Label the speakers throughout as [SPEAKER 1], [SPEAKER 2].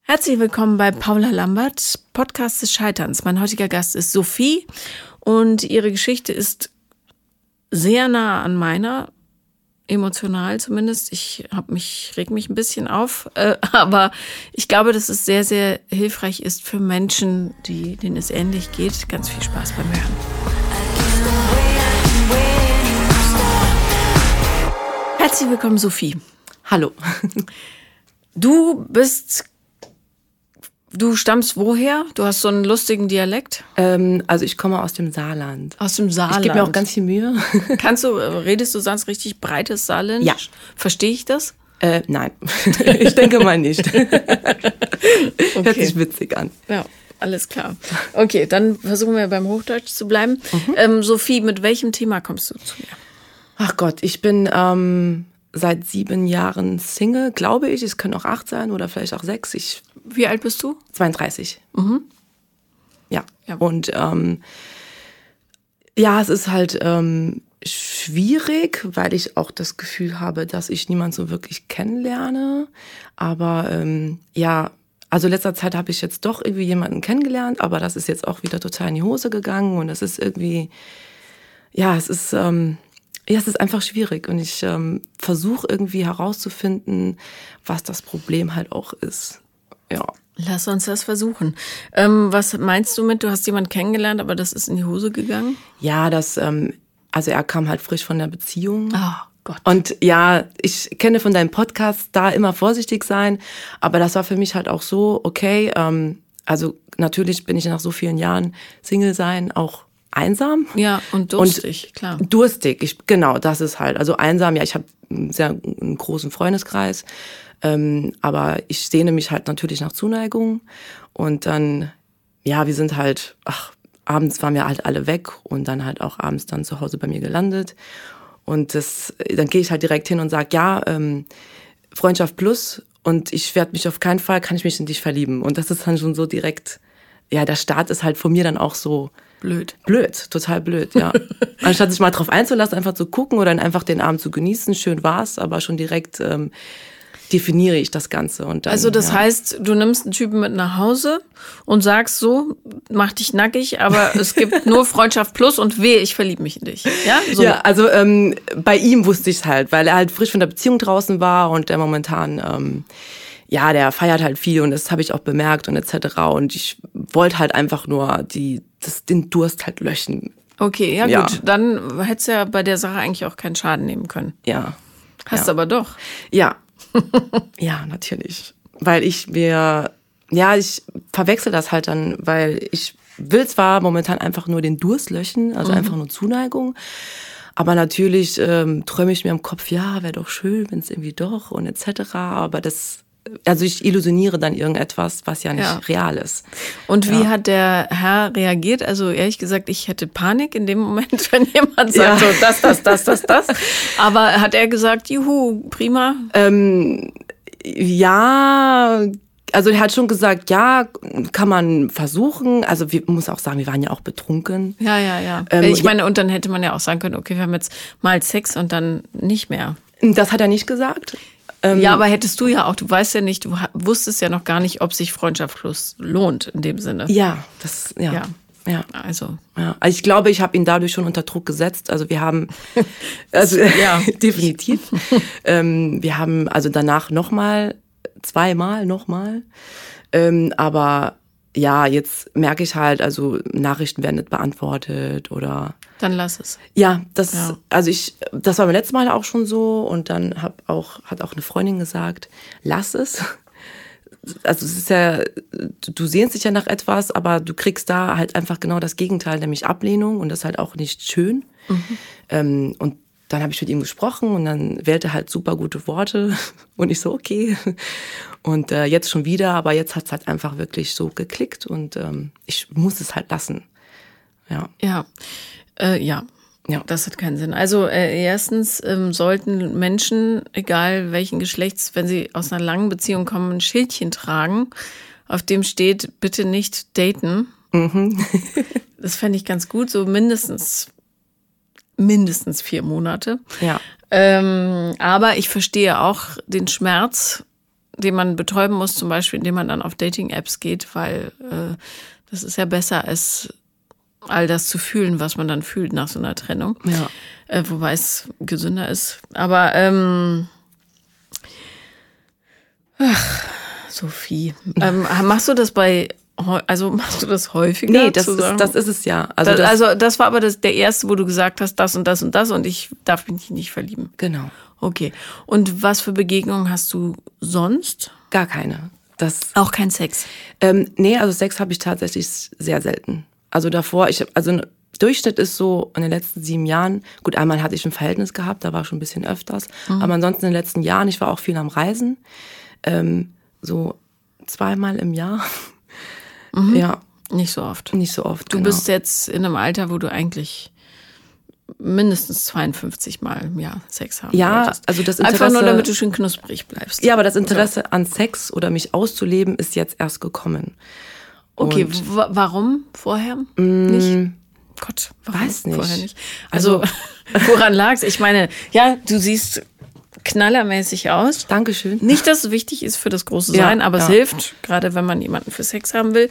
[SPEAKER 1] Herzlich willkommen bei Paula Lambert, Podcast des Scheiterns. Mein heutiger Gast ist Sophie und ihre Geschichte ist sehr nah an meiner, emotional zumindest. Ich hab mich, reg mich ein bisschen auf, äh, aber ich glaube, dass es sehr, sehr hilfreich ist für Menschen, die, denen es ähnlich geht. Ganz viel Spaß beim Hören. Herzlich willkommen, Sophie.
[SPEAKER 2] Hallo.
[SPEAKER 1] Du bist, du stammst woher? Du hast so einen lustigen Dialekt
[SPEAKER 2] Ähm, also ich komme aus dem Saarland.
[SPEAKER 1] aus dem Saarland.
[SPEAKER 2] Ich gebe mir auch ganz viel Mühe.
[SPEAKER 1] Kannst du, äh, redest du sonst richtig breites Saarländisch?
[SPEAKER 2] Ja.
[SPEAKER 1] Verstehe ich das?
[SPEAKER 2] Äh, nein, ich denke mal nicht. Hört sich witzig an.
[SPEAKER 1] Ja, alles klar. Okay, dann versuchen wir beim Hochdeutsch zu bleiben. Ähm, Sophie, mit welchem Thema kommst du zu mir?
[SPEAKER 2] Ach Gott, ich bin ähm, seit sieben Jahren Single, glaube ich. Es können auch acht sein oder vielleicht auch sechs. Ich
[SPEAKER 1] Wie alt bist du?
[SPEAKER 2] 32. Ja.
[SPEAKER 1] Ja.
[SPEAKER 2] Und ähm, ja, es ist halt ähm, schwierig, weil ich auch das Gefühl habe, dass ich niemanden so wirklich kennenlerne. Aber ähm, ja, also letzter Zeit habe ich jetzt doch irgendwie jemanden kennengelernt, aber das ist jetzt auch wieder total in die Hose gegangen und es ist irgendwie, ja, es ist, ähm, ja, es ist einfach schwierig und ich ähm, versuche irgendwie herauszufinden, was das Problem halt auch ist. Ja.
[SPEAKER 1] Lass uns das versuchen. Ähm, was meinst du mit, du hast jemanden kennengelernt, aber das ist in die Hose gegangen?
[SPEAKER 2] Ja, das, ähm, also er kam halt frisch von der Beziehung.
[SPEAKER 1] Ah, Gott.
[SPEAKER 2] Und ja, ich kenne von deinem Podcast da immer vorsichtig sein, aber das war für mich halt auch so, okay, ähm, also natürlich bin ich nach so vielen Jahren Single sein auch einsam.
[SPEAKER 1] Ja, und durstig, klar.
[SPEAKER 2] Durstig, ich, genau, das ist halt. Also einsam, ja, ich habe einen sehr einen großen Freundeskreis, ähm, aber ich sehne mich halt natürlich nach Zuneigung. Und dann, ja, wir sind halt, ach, abends waren wir halt alle weg und dann halt auch abends dann zu Hause bei mir gelandet. Und das, dann gehe ich halt direkt hin und sag ja, ähm, Freundschaft plus und ich werde mich auf keinen Fall, kann ich mich in dich verlieben. Und das ist dann schon so direkt, ja, der Start ist halt von mir dann auch so,
[SPEAKER 1] Blöd.
[SPEAKER 2] Blöd, total blöd, ja. Anstatt sich mal drauf einzulassen, einfach zu gucken oder dann einfach den Abend zu genießen, schön war's, aber schon direkt ähm, definiere ich das Ganze. Und dann,
[SPEAKER 1] Also das
[SPEAKER 2] ja.
[SPEAKER 1] heißt, du nimmst einen Typen mit nach Hause und sagst so, mach dich nackig, aber es gibt nur Freundschaft plus und weh, ich verliebe mich in dich. Ja, so.
[SPEAKER 2] Ja, also ähm, bei ihm wusste ich es halt, weil er halt frisch von der Beziehung draußen war und der momentan, ähm, ja, der feiert halt viel und das habe ich auch bemerkt und etc. Und ich wollte halt einfach nur die, das, den Durst halt löschen.
[SPEAKER 1] Okay, ja,
[SPEAKER 2] Ja.
[SPEAKER 1] gut. Dann hättest du ja bei der Sache eigentlich auch keinen Schaden nehmen können.
[SPEAKER 2] Ja.
[SPEAKER 1] Hast
[SPEAKER 2] Ja.
[SPEAKER 1] aber doch.
[SPEAKER 2] Ja. ja, natürlich. Weil ich mir, ja, ich verwechsel das halt dann, weil ich will zwar momentan einfach nur den Durst löschen,
[SPEAKER 1] Mhm.
[SPEAKER 2] also einfach nur Zuneigung, aber natürlich ähm, träume ich mir im Kopf, ja, wäre doch schön, wenn es irgendwie doch und etc. Aber das, also ich illusioniere dann irgendetwas, was ja nicht
[SPEAKER 1] Ja.
[SPEAKER 2] real ist.
[SPEAKER 1] Und wie hat der Herr reagiert? Also ehrlich gesagt, ich hätte Panik in dem Moment, wenn jemand sagt,
[SPEAKER 2] Ja.
[SPEAKER 1] so das, das, das, das, das. Aber hat er gesagt, juhu, prima.
[SPEAKER 2] Äh, Ja, also er hat schon gesagt, ja, kann man versuchen. Also wir muss auch sagen, wir waren ja auch betrunken.
[SPEAKER 1] Ja, ja, ja.
[SPEAKER 2] Ähm,
[SPEAKER 1] ich
[SPEAKER 2] ja.
[SPEAKER 1] meine, und dann hätte man ja auch sagen können, okay, wir haben jetzt mal Sex und dann nicht mehr.
[SPEAKER 2] Das hat er nicht gesagt. Ähm,
[SPEAKER 1] Ja, aber hättest du ja auch, du weißt ja nicht, du ha- wusstest ja noch gar nicht, ob sich Freundschaft plus lohnt in dem Sinne.
[SPEAKER 2] Ja, das, ja.
[SPEAKER 1] Ja.
[SPEAKER 2] Ja. ja.
[SPEAKER 1] Also,
[SPEAKER 2] Also ich glaube, ich habe ihn dadurch schon unter Druck gesetzt. Also wir haben, also
[SPEAKER 1] Ja.
[SPEAKER 2] definitiv. ähm, wir haben also danach nochmal, zweimal nochmal. Ähm, aber ja, jetzt merke ich halt, also Nachrichten werden nicht beantwortet oder
[SPEAKER 1] dann lass es.
[SPEAKER 2] ja, das
[SPEAKER 1] Ja.
[SPEAKER 2] also ich das war beim letzten Mal auch schon so und dann hab auch hat auch eine Freundin gesagt, lass es. Also es ist ja du du sehnst dich ja nach etwas, aber du kriegst da halt einfach genau das Gegenteil, nämlich Ablehnung und das halt auch nicht schön. Ähm, und dann habe ich mit ihm gesprochen und dann wählte er halt super gute Worte und ich so okay. Und äh, jetzt schon wieder, aber jetzt hat's halt einfach wirklich so geklickt und ähm, ich muss es halt lassen. Ja.
[SPEAKER 1] Ja, äh, ja.
[SPEAKER 2] Ja.
[SPEAKER 1] Das hat keinen Sinn. Also äh, erstens ähm, sollten Menschen, egal welchen Geschlechts, wenn sie aus einer langen Beziehung kommen, ein Schildchen tragen, auf dem steht, bitte nicht daten.
[SPEAKER 2] Mhm.
[SPEAKER 1] das fände ich ganz gut, so mindestens, mindestens vier Monate.
[SPEAKER 2] Ja.
[SPEAKER 1] Ähm, aber ich verstehe auch den Schmerz den man betäuben muss, zum Beispiel, indem man dann auf Dating-Apps geht, weil äh, das ist ja besser als all das zu fühlen, was man dann fühlt nach so einer Trennung.
[SPEAKER 2] Ja.
[SPEAKER 1] Äh, wobei es gesünder ist. Aber ähm, ach, Sophie, ähm, machst du das bei, heu- also machst du das häufiger?
[SPEAKER 2] Nee, das
[SPEAKER 1] zu
[SPEAKER 2] ist,
[SPEAKER 1] sagen-
[SPEAKER 2] das ist es ja. Also,
[SPEAKER 1] also,
[SPEAKER 2] das,
[SPEAKER 1] das, war aber das, der erste, wo du gesagt hast, das und das und das und ich darf mich nicht verlieben.
[SPEAKER 2] genau.
[SPEAKER 1] Okay. Und was für Begegnungen hast du sonst?
[SPEAKER 2] Gar keine. Das,
[SPEAKER 1] Auch kein Sex.
[SPEAKER 2] ähm, nee, also Sex habe ich tatsächlich sehr selten. Also davor, ich hab- also ein Durchschnitt ist so in den letzten sieben Jahren, gut, einmal hatte ich ein Verhältnis gehabt, da war schon ein bisschen öfters,
[SPEAKER 1] Mhm.
[SPEAKER 2] aber ansonsten in den letzten Jahren, ich war auch viel am Reisen, ähm, so zweimal im Jahr. Ja,
[SPEAKER 1] Nicht so oft.
[SPEAKER 2] nicht so oft.
[SPEAKER 1] Mhm.
[SPEAKER 2] genau.
[SPEAKER 1] Du bist jetzt in einem Alter, wo du eigentlich mindestens 52 Mal im Jahr Sex haben
[SPEAKER 2] Ja,
[SPEAKER 1] solltest.
[SPEAKER 2] also das
[SPEAKER 1] Einfach nur,
[SPEAKER 2] Interesse-
[SPEAKER 1] damit du schön knusprig bleibst.
[SPEAKER 2] Ja, aber das Interesse an Sex oder mich auszuleben ist jetzt erst gekommen.
[SPEAKER 1] Okay,
[SPEAKER 2] Und- Mm.
[SPEAKER 1] wa- warum vorher nicht? Gott, warum
[SPEAKER 2] weiß nicht.
[SPEAKER 1] vorher nicht? Also, woran lag's? Ich meine, ja, du siehst knallermäßig aus.
[SPEAKER 2] Dankeschön.
[SPEAKER 1] Nicht, dass es wichtig ist für das große
[SPEAKER 2] Ja,
[SPEAKER 1] Sein, aber es
[SPEAKER 2] ja.
[SPEAKER 1] hilft, gerade wenn man jemanden für Sex haben will.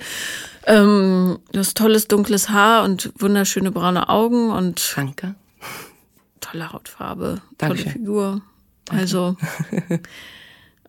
[SPEAKER 1] Ähm, du hast tolles dunkles Haar und wunderschöne braune Augen und
[SPEAKER 2] Danke.
[SPEAKER 1] tolle Hautfarbe, tolle
[SPEAKER 2] Dankeschön.
[SPEAKER 1] Figur. Also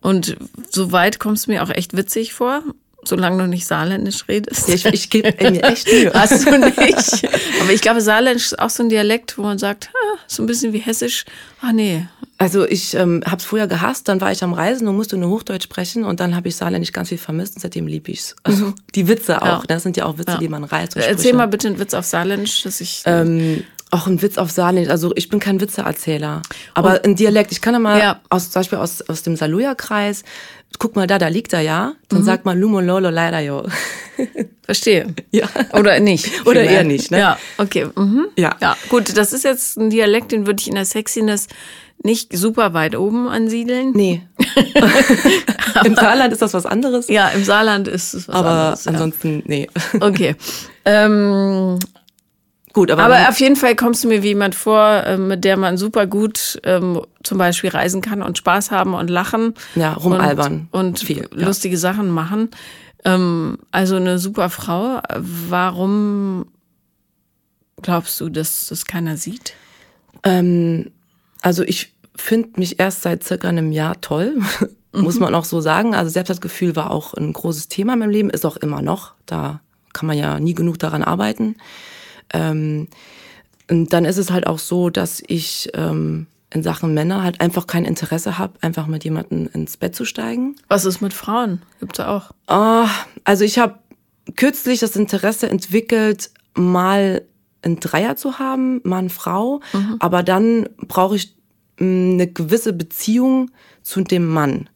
[SPEAKER 1] und so weit kommst du mir auch echt witzig vor, solange du nicht saarländisch redest.
[SPEAKER 2] Ich, ich gebe mir echt Mühe.
[SPEAKER 1] Hast du nicht. Aber ich glaube, Saarländisch ist auch so ein Dialekt, wo man sagt, ah, so ein bisschen wie Hessisch. Ah nee,
[SPEAKER 2] Also ich ähm, habe es früher gehasst, dann war ich am Reisen und musste nur Hochdeutsch sprechen und dann habe ich Saarländisch ganz viel vermisst und seitdem lieb ich's. Also die Witze auch, ne? das sind ja auch Witze, die man reißt und
[SPEAKER 1] Mhm. erzähl
[SPEAKER 2] Sprüche.
[SPEAKER 1] mal bitte einen Witz auf Saarländisch, dass ich.
[SPEAKER 2] Ähm, auch ein Witz auf Saarländisch, also ich bin kein Witzeerzähler, aber ein Dialekt, ich kann ja mal,
[SPEAKER 1] Ja.
[SPEAKER 2] aus, zum Beispiel aus, aus dem Saluja-Kreis, guck mal da, da liegt er ja, dann
[SPEAKER 1] Mhm.
[SPEAKER 2] sagt man Lumo Lolo leider jo.
[SPEAKER 1] Verstehe.
[SPEAKER 2] Ja.
[SPEAKER 1] Oder nicht.
[SPEAKER 2] Oder
[SPEAKER 1] vielmehr.
[SPEAKER 2] eher nicht, ne?
[SPEAKER 1] Ja, okay. Mhm.
[SPEAKER 2] Ja.
[SPEAKER 1] ja. Gut, das ist jetzt ein Dialekt, den würde ich in der Sexiness nicht super weit oben ansiedeln.
[SPEAKER 2] Nee. Im Saarland ist das was anderes,
[SPEAKER 1] Ja, im Saarland ist es was
[SPEAKER 2] aber
[SPEAKER 1] anderes. ja.
[SPEAKER 2] ansonsten, nee.
[SPEAKER 1] Okay. ähm,
[SPEAKER 2] Gut, aber,
[SPEAKER 1] aber auf jeden Fall kommst du mir wie jemand vor, ähm, mit der man super gut ähm, zum Beispiel reisen kann und Spaß haben und lachen.
[SPEAKER 2] Ja, rumalbern.
[SPEAKER 1] Und, und
[SPEAKER 2] Viel, ja.
[SPEAKER 1] lustige Sachen machen. Ähm, also eine super Frau. Warum glaubst du, dass das keiner sieht?
[SPEAKER 2] Ähm, also ich finde mich erst seit circa einem Jahr toll, muss man auch so sagen. Also Selbstwertgefühl war auch ein großes Thema in meinem Leben, ist auch immer noch. Da kann man ja nie genug daran arbeiten. Ähm, und dann ist es halt auch so, dass ich ähm, in Sachen Männer halt einfach kein Interesse habe, einfach mit jemandem ins Bett zu steigen.
[SPEAKER 1] Was ist mit Frauen? Gibt's ja auch.
[SPEAKER 2] Ah, also ich habe kürzlich das Interesse entwickelt, mal einen Dreier zu haben, Mann, Frau. Aber dann brauche ich mh, eine gewisse Beziehung zu dem Mann.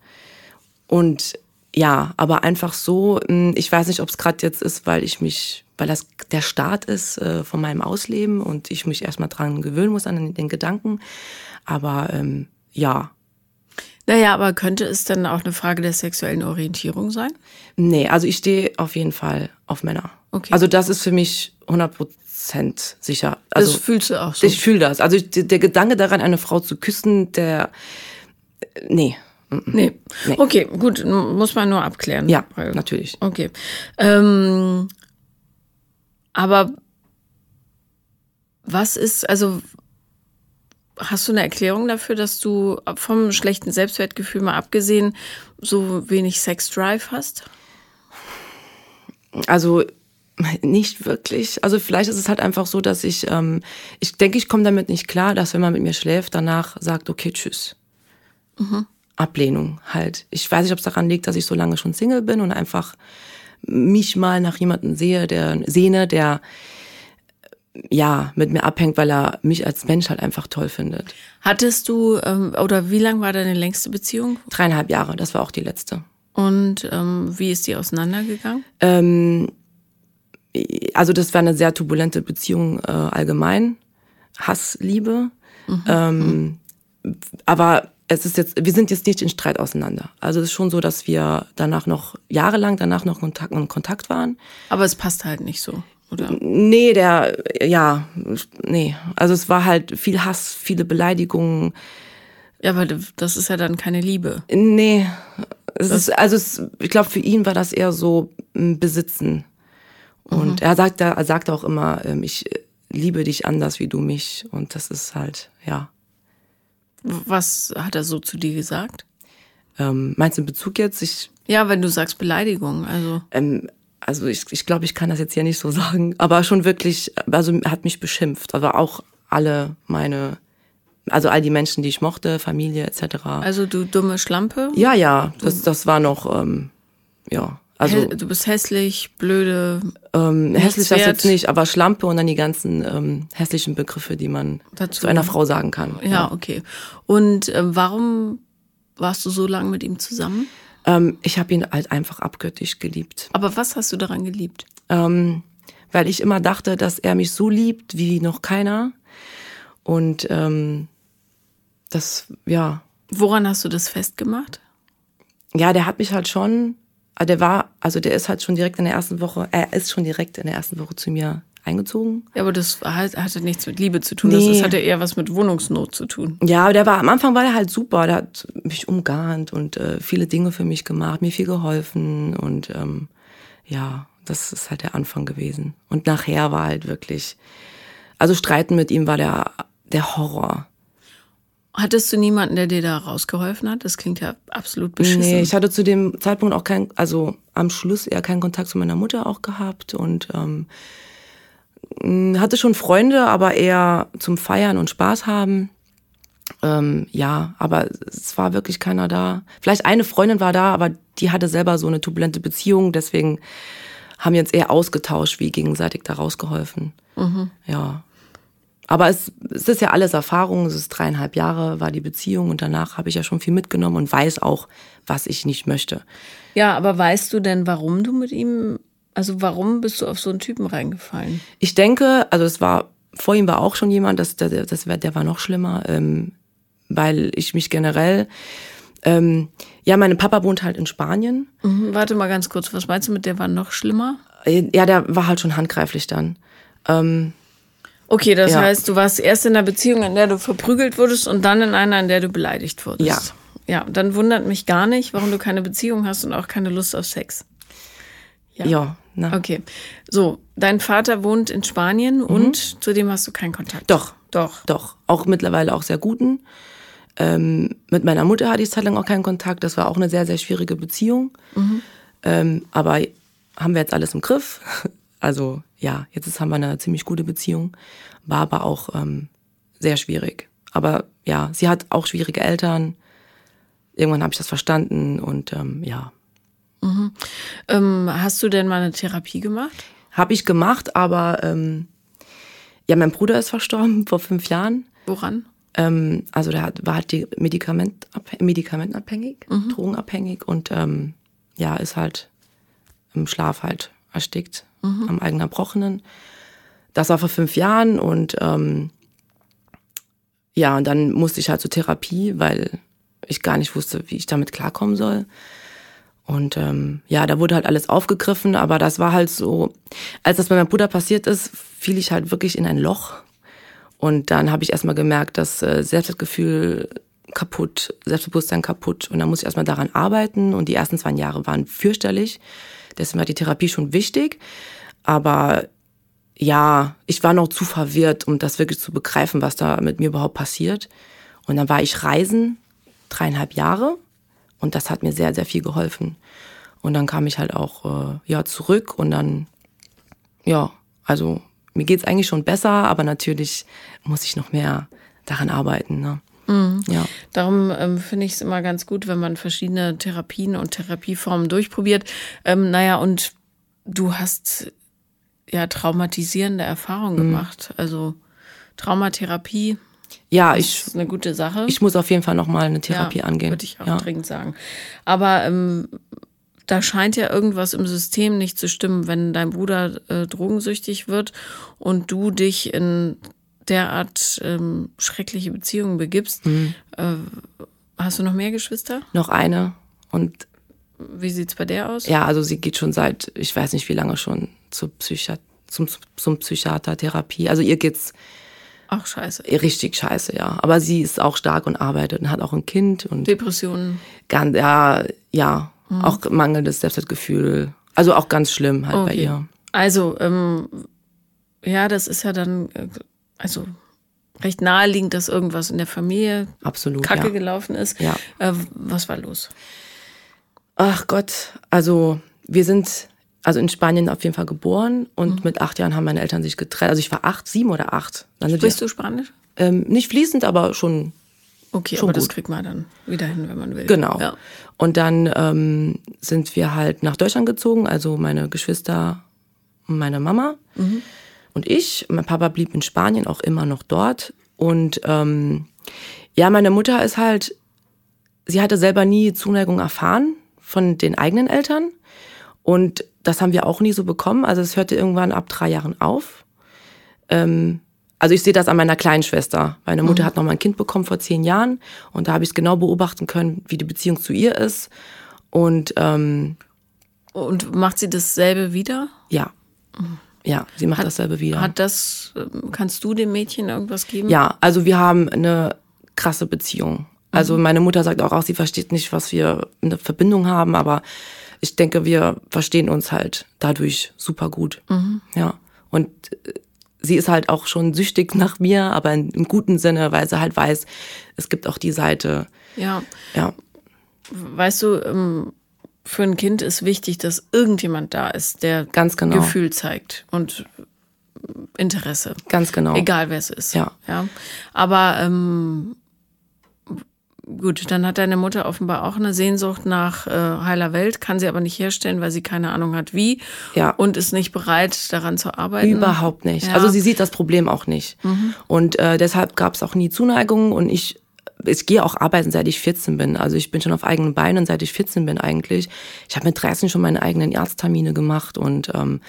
[SPEAKER 2] Und ja, aber einfach so, mh, ich weiß nicht, ob es gerade jetzt ist, weil ich mich, weil das der Start ist äh, von meinem Ausleben und ich mich erstmal dran gewöhnen muss an den, den Gedanken. Aber ähm, ja,
[SPEAKER 1] Naja, aber könnte es dann auch eine Frage der sexuellen Orientierung sein?
[SPEAKER 2] Nee, also ich stehe auf jeden Fall auf Männer.
[SPEAKER 1] Okay.
[SPEAKER 2] Also das ist für mich 100% sicher.
[SPEAKER 1] Das
[SPEAKER 2] Also
[SPEAKER 1] fühlst du auch so.
[SPEAKER 2] ich fühle das. Also ich, der Gedanke daran, eine Frau zu küssen, der... äh, Nee,
[SPEAKER 1] Nee. Okay, gut, m- muss man nur abklären.
[SPEAKER 2] ja,
[SPEAKER 1] Weil-
[SPEAKER 2] natürlich.
[SPEAKER 1] Okay. Ähm, aber was ist, also hast du eine Erklärung dafür, dass du vom schlechten Selbstwertgefühl mal abgesehen so wenig Sex-Drive hast?
[SPEAKER 2] Also nicht wirklich. Also vielleicht ist es halt einfach so, dass ich... Ähm, ich denke, ich komme damit nicht klar, dass wenn man mit mir schläft, danach sagt, okay, tschüss. Ablehnung halt. Ich weiß nicht, ob es daran liegt, dass ich so lange schon Single bin und einfach mich mal nach jemandem sehe, der sehne, der ja mit mir abhängt, weil er mich als Mensch halt einfach toll findet.
[SPEAKER 1] Hattest du, ähm, oder wie lang war deine längste Beziehung
[SPEAKER 2] Dreieinhalb Jahre, das war auch die letzte.
[SPEAKER 1] und ähm, wie ist die auseinandergegangen?
[SPEAKER 2] Ähm, also das war eine sehr turbulente Beziehung äh, allgemein. Hassliebe. Ähm, aber es ist jetzt, wir sind jetzt nicht in Streit auseinander. Also es ist schon so, dass wir danach noch jahrelang danach noch Kontakt, in Kontakt waren.
[SPEAKER 1] Aber es passt halt nicht so, oder?
[SPEAKER 2] Nee, der, ja, nee. Also es war halt viel Hass, viele Beleidigungen.
[SPEAKER 1] Ja, aber das ist ja dann keine Liebe.
[SPEAKER 2] Nee, Es ist, also es, ich glaube, für ihn war das eher so ein Besitzen. Und
[SPEAKER 1] Mhm.
[SPEAKER 2] er sagt da, er sagt auch immer, ähm, ich liebe dich anders wie du mich. Und das ist halt, ja.
[SPEAKER 1] Was hat er so zu dir gesagt?
[SPEAKER 2] Ähm, meinst du in Bezug jetzt? Ich,
[SPEAKER 1] Ja, wenn du sagst Beleidigung, also
[SPEAKER 2] ähm, also ich, ich glaube, ich kann das jetzt hier nicht so sagen, aber schon wirklich, also er hat mich beschimpft, aber auch alle meine, also all die Menschen, die ich mochte, Familie etc.
[SPEAKER 1] also du dumme Schlampe.
[SPEAKER 2] ja, ja, das, das war noch, ähm, ja, also
[SPEAKER 1] Hä- du bist hässlich, blöde.
[SPEAKER 2] ähm, hässlich das
[SPEAKER 1] wert.
[SPEAKER 2] jetzt nicht, aber Schlampe und dann die ganzen ähm, hässlichen Begriffe, die man
[SPEAKER 1] Dazu.
[SPEAKER 2] zu einer Frau sagen kann.
[SPEAKER 1] Ja, okay. Und ähm, warum warst du so lange mit ihm zusammen?
[SPEAKER 2] Ähm, ich habe ihn halt einfach abgöttisch geliebt.
[SPEAKER 1] Aber was hast du daran geliebt?
[SPEAKER 2] ähm, weil ich immer dachte, dass er mich so liebt wie noch keiner. Und ähm, das, ja,
[SPEAKER 1] Woran hast du das festgemacht?
[SPEAKER 2] ja, der hat mich halt schon, ah, der war, also der ist halt schon direkt in der ersten Woche, er ist schon direkt in der ersten Woche zu mir eingezogen.
[SPEAKER 1] Ja, aber das hat, hatte nichts mit Liebe zu tun. Das
[SPEAKER 2] Nee.
[SPEAKER 1] ist, hatte eher was mit Wohnungsnot zu tun.
[SPEAKER 2] Ja, aber der war am Anfang war der halt super, der hat mich umgarnt und äh, viele Dinge für mich gemacht, mir viel geholfen und ähm, ja, das ist halt der Anfang gewesen. Und nachher war halt wirklich, also streiten mit ihm war der der Horror.
[SPEAKER 1] Hattest du niemanden, der dir da rausgeholfen hat? Das klingt ja absolut beschissen.
[SPEAKER 2] Nee, ich hatte zu dem Zeitpunkt auch keinen, also am Schluss eher keinen Kontakt zu meiner Mutter auch gehabt und ähm, mh, hatte schon Freunde, aber eher zum Feiern und Spaß haben. Ähm, ja, aber es war wirklich keiner da. Vielleicht eine Freundin war da, aber die hatte selber so eine turbulente Beziehung, deswegen haben wir uns eher ausgetauscht, wie gegenseitig da rausgeholfen. Ja. Aber es, es ist ja alles Erfahrung. Es ist dreieinhalb Jahre war die Beziehung und danach habe ich ja schon viel mitgenommen und weiß auch, was ich nicht möchte.
[SPEAKER 1] ja, aber weißt du denn, warum du mit ihm, also warum bist du auf so einen Typen reingefallen?
[SPEAKER 2] Ich denke, also es war, vor ihm war auch schon jemand, das, der, das, wär- der war noch schlimmer, ähm, weil ich mich generell, ähm, ja, mein Papa wohnt halt in Spanien.
[SPEAKER 1] Mhm, warte mal ganz kurz, was meinst du mit der war noch schlimmer?
[SPEAKER 2] Äh, Ja, der war halt schon handgreiflich dann. Ähm,
[SPEAKER 1] Okay, das
[SPEAKER 2] Ja.
[SPEAKER 1] heißt, du warst erst in einer Beziehung, in der du verprügelt wurdest und dann in einer, in der du beleidigt wurdest.
[SPEAKER 2] Ja.
[SPEAKER 1] Ja, dann wundert mich gar nicht, warum du keine Beziehung hast und auch keine Lust auf Sex. Ja.
[SPEAKER 2] ja, na.
[SPEAKER 1] Okay. So, dein Vater wohnt in Spanien und zudem hast du keinen Kontakt.
[SPEAKER 2] Mhm. Doch.
[SPEAKER 1] Doch.
[SPEAKER 2] Doch, auch mittlerweile auch sehr guten. Ähm, mit meiner Mutter hatte ich zeitlang auch keinen Kontakt. Das war auch eine sehr, sehr schwierige Beziehung. Ähm, aber haben wir jetzt alles im Griff. Also ja, jetzt ist, haben wir eine ziemlich gute Beziehung. War aber auch ähm, sehr schwierig. Aber ja, sie hat auch schwierige Eltern. Irgendwann habe ich das verstanden und ähm, ja,
[SPEAKER 1] Ähm, hast du denn mal eine Therapie gemacht?
[SPEAKER 2] habe ich gemacht. Aber ähm, ja, mein Bruder ist verstorben vor fünf Jahren.
[SPEAKER 1] Woran?
[SPEAKER 2] Ähm, also der hat, war halt die Medikament, medikamentenabhängig, drogenabhängig und ähm, ja, ist halt im Schlaf halt erstickt am eigenen Erbrochenen. Das war vor fünf Jahren und ähm, ja, und dann musste ich halt zur Therapie, weil ich gar nicht wusste, wie ich damit klarkommen soll. Und ähm, ja, da wurde halt alles aufgegriffen, aber das war halt so, als das mit meinem Bruder passiert ist, fiel ich halt wirklich in ein Loch. Und dann habe ich erstmal gemerkt, dass äh, Selbstwertgefühl kaputt, Selbstbewusstsein kaputt. Und dann muss ich erstmal daran arbeiten. Und die ersten zwei Jahre waren fürchterlich. Deswegen war die Therapie schon wichtig. Aber ja, ich war noch zu verwirrt, um das wirklich zu begreifen, was da mit mir überhaupt passiert. Und dann war ich reisen, dreieinhalb Jahre. Und das hat mir sehr, sehr viel geholfen. Und dann kam ich halt auch äh, ja, zurück und dann ja, also mir geht's eigentlich schon besser, aber natürlich muss ich noch mehr daran arbeiten. Ne?
[SPEAKER 1] Mhm.
[SPEAKER 2] Ja.
[SPEAKER 1] Darum ähm, finde ich es immer ganz gut, wenn man verschiedene Therapien und Therapieformen durchprobiert. Ähm, naja, und du hast ja traumatisierende Erfahrungen gemacht. Also Traumatherapie
[SPEAKER 2] ja, ich,
[SPEAKER 1] ist eine gute Sache.
[SPEAKER 2] ich muss auf jeden Fall nochmal eine Therapie angehen.
[SPEAKER 1] Würde ich auch
[SPEAKER 2] ja.
[SPEAKER 1] dringend sagen. Aber ähm, da scheint ja irgendwas im System nicht zu stimmen, wenn dein Bruder äh, drogensüchtig wird und du dich in derart ähm, schreckliche Beziehungen begibst.
[SPEAKER 2] Mhm.
[SPEAKER 1] Äh, hast du noch mehr Geschwister?
[SPEAKER 2] Noch eine. Und
[SPEAKER 1] Wie sieht's bei der aus?
[SPEAKER 2] ja, also sie geht schon seit, ich weiß nicht wie lange schon, zur Psychiat zum, zum Psychiater, Therapie. Also ihr geht's
[SPEAKER 1] Auch scheiße.
[SPEAKER 2] Richtig scheiße, ja. Aber sie ist auch stark und arbeitet und hat auch ein Kind und
[SPEAKER 1] Depressionen.
[SPEAKER 2] ganz, ja, ja,
[SPEAKER 1] Mhm.
[SPEAKER 2] auch mangelndes Selbstwertgefühl. Also auch ganz schlimm halt bei ihr.
[SPEAKER 1] Also, ähm, ja, das ist ja dann, äh, also recht naheliegend, dass irgendwas in der Familie
[SPEAKER 2] Absolut.
[SPEAKER 1] kacke
[SPEAKER 2] ja.
[SPEAKER 1] gelaufen ist.
[SPEAKER 2] Ja.
[SPEAKER 1] Äh, was war los?
[SPEAKER 2] Ach Gott, also wir sind also in Spanien auf jeden Fall geboren und mit acht Jahren haben meine Eltern sich getrennt. Also ich war acht, sieben oder acht. Dann sind
[SPEAKER 1] Sprichst
[SPEAKER 2] wir,
[SPEAKER 1] du Spanisch?
[SPEAKER 2] ähm, nicht fließend, aber schon
[SPEAKER 1] Okay,
[SPEAKER 2] Schon
[SPEAKER 1] aber das
[SPEAKER 2] gut.
[SPEAKER 1] kriegt man dann wieder hin, wenn man will.
[SPEAKER 2] Genau.
[SPEAKER 1] Ja.
[SPEAKER 2] Und dann ähm, sind wir halt nach Deutschland gezogen, also meine Geschwister, und meine Mama und ich. Mein Papa blieb in Spanien auch immer noch dort. Und ähm, ja, meine Mutter ist halt, sie hatte selber nie Zuneigung erfahren von den eigenen Eltern. Und das haben wir auch nie so bekommen. Also es hörte irgendwann ab drei Jahren auf. Ähm, also ich sehe das an meiner kleinen Schwester. Meine Mutter
[SPEAKER 1] Mhm.
[SPEAKER 2] hat noch mal ein Kind bekommen vor zehn Jahren und da habe ich es genau beobachten können, wie die Beziehung zu ihr ist. Und ähm,
[SPEAKER 1] Und macht sie dasselbe wieder?
[SPEAKER 2] ja, ja, sie macht dasselbe wieder.
[SPEAKER 1] Mhm. Hat das, ähm, kannst du dem Mädchen irgendwas geben?
[SPEAKER 2] Ja, also wir haben eine krasse Beziehung. Also
[SPEAKER 1] Mhm.
[SPEAKER 2] meine Mutter sagt auch, auch, sie versteht nicht, was wir eine Verbindung haben, aber ich denke, wir verstehen uns halt dadurch super gut.
[SPEAKER 1] Mhm.
[SPEAKER 2] Ja. Und äh, sie ist halt auch schon süchtig nach mir, aber in, im guten Sinne, weil sie halt weiß, es gibt auch die Seite.
[SPEAKER 1] Ja.
[SPEAKER 2] Ja,
[SPEAKER 1] Weißt du, ähm, für ein Kind ist wichtig, dass irgendjemand da ist, der
[SPEAKER 2] Ganz genau.
[SPEAKER 1] Gefühl zeigt und äh, Interesse.
[SPEAKER 2] ganz genau.
[SPEAKER 1] Egal wer es ist.
[SPEAKER 2] Ja.
[SPEAKER 1] ja. Aber ähm, gut, dann hat deine Mutter offenbar auch eine Sehnsucht nach äh, heiler Welt, kann sie aber nicht herstellen, weil sie keine Ahnung hat, wie.
[SPEAKER 2] Ja.
[SPEAKER 1] Und ist nicht bereit, daran zu arbeiten.
[SPEAKER 2] Überhaupt nicht.
[SPEAKER 1] Ja. Mhm.
[SPEAKER 2] Also sie sieht das Problem auch nicht. Und äh, deshalb gab es auch nie Zuneigung und ich, ich gehe auch arbeiten, seit ich 14 bin. Also ich bin schon auf eigenen Beinen, seit ich 14 bin eigentlich. Ich habe mit 13 schon meine eigenen Arzttermine gemacht und ähm,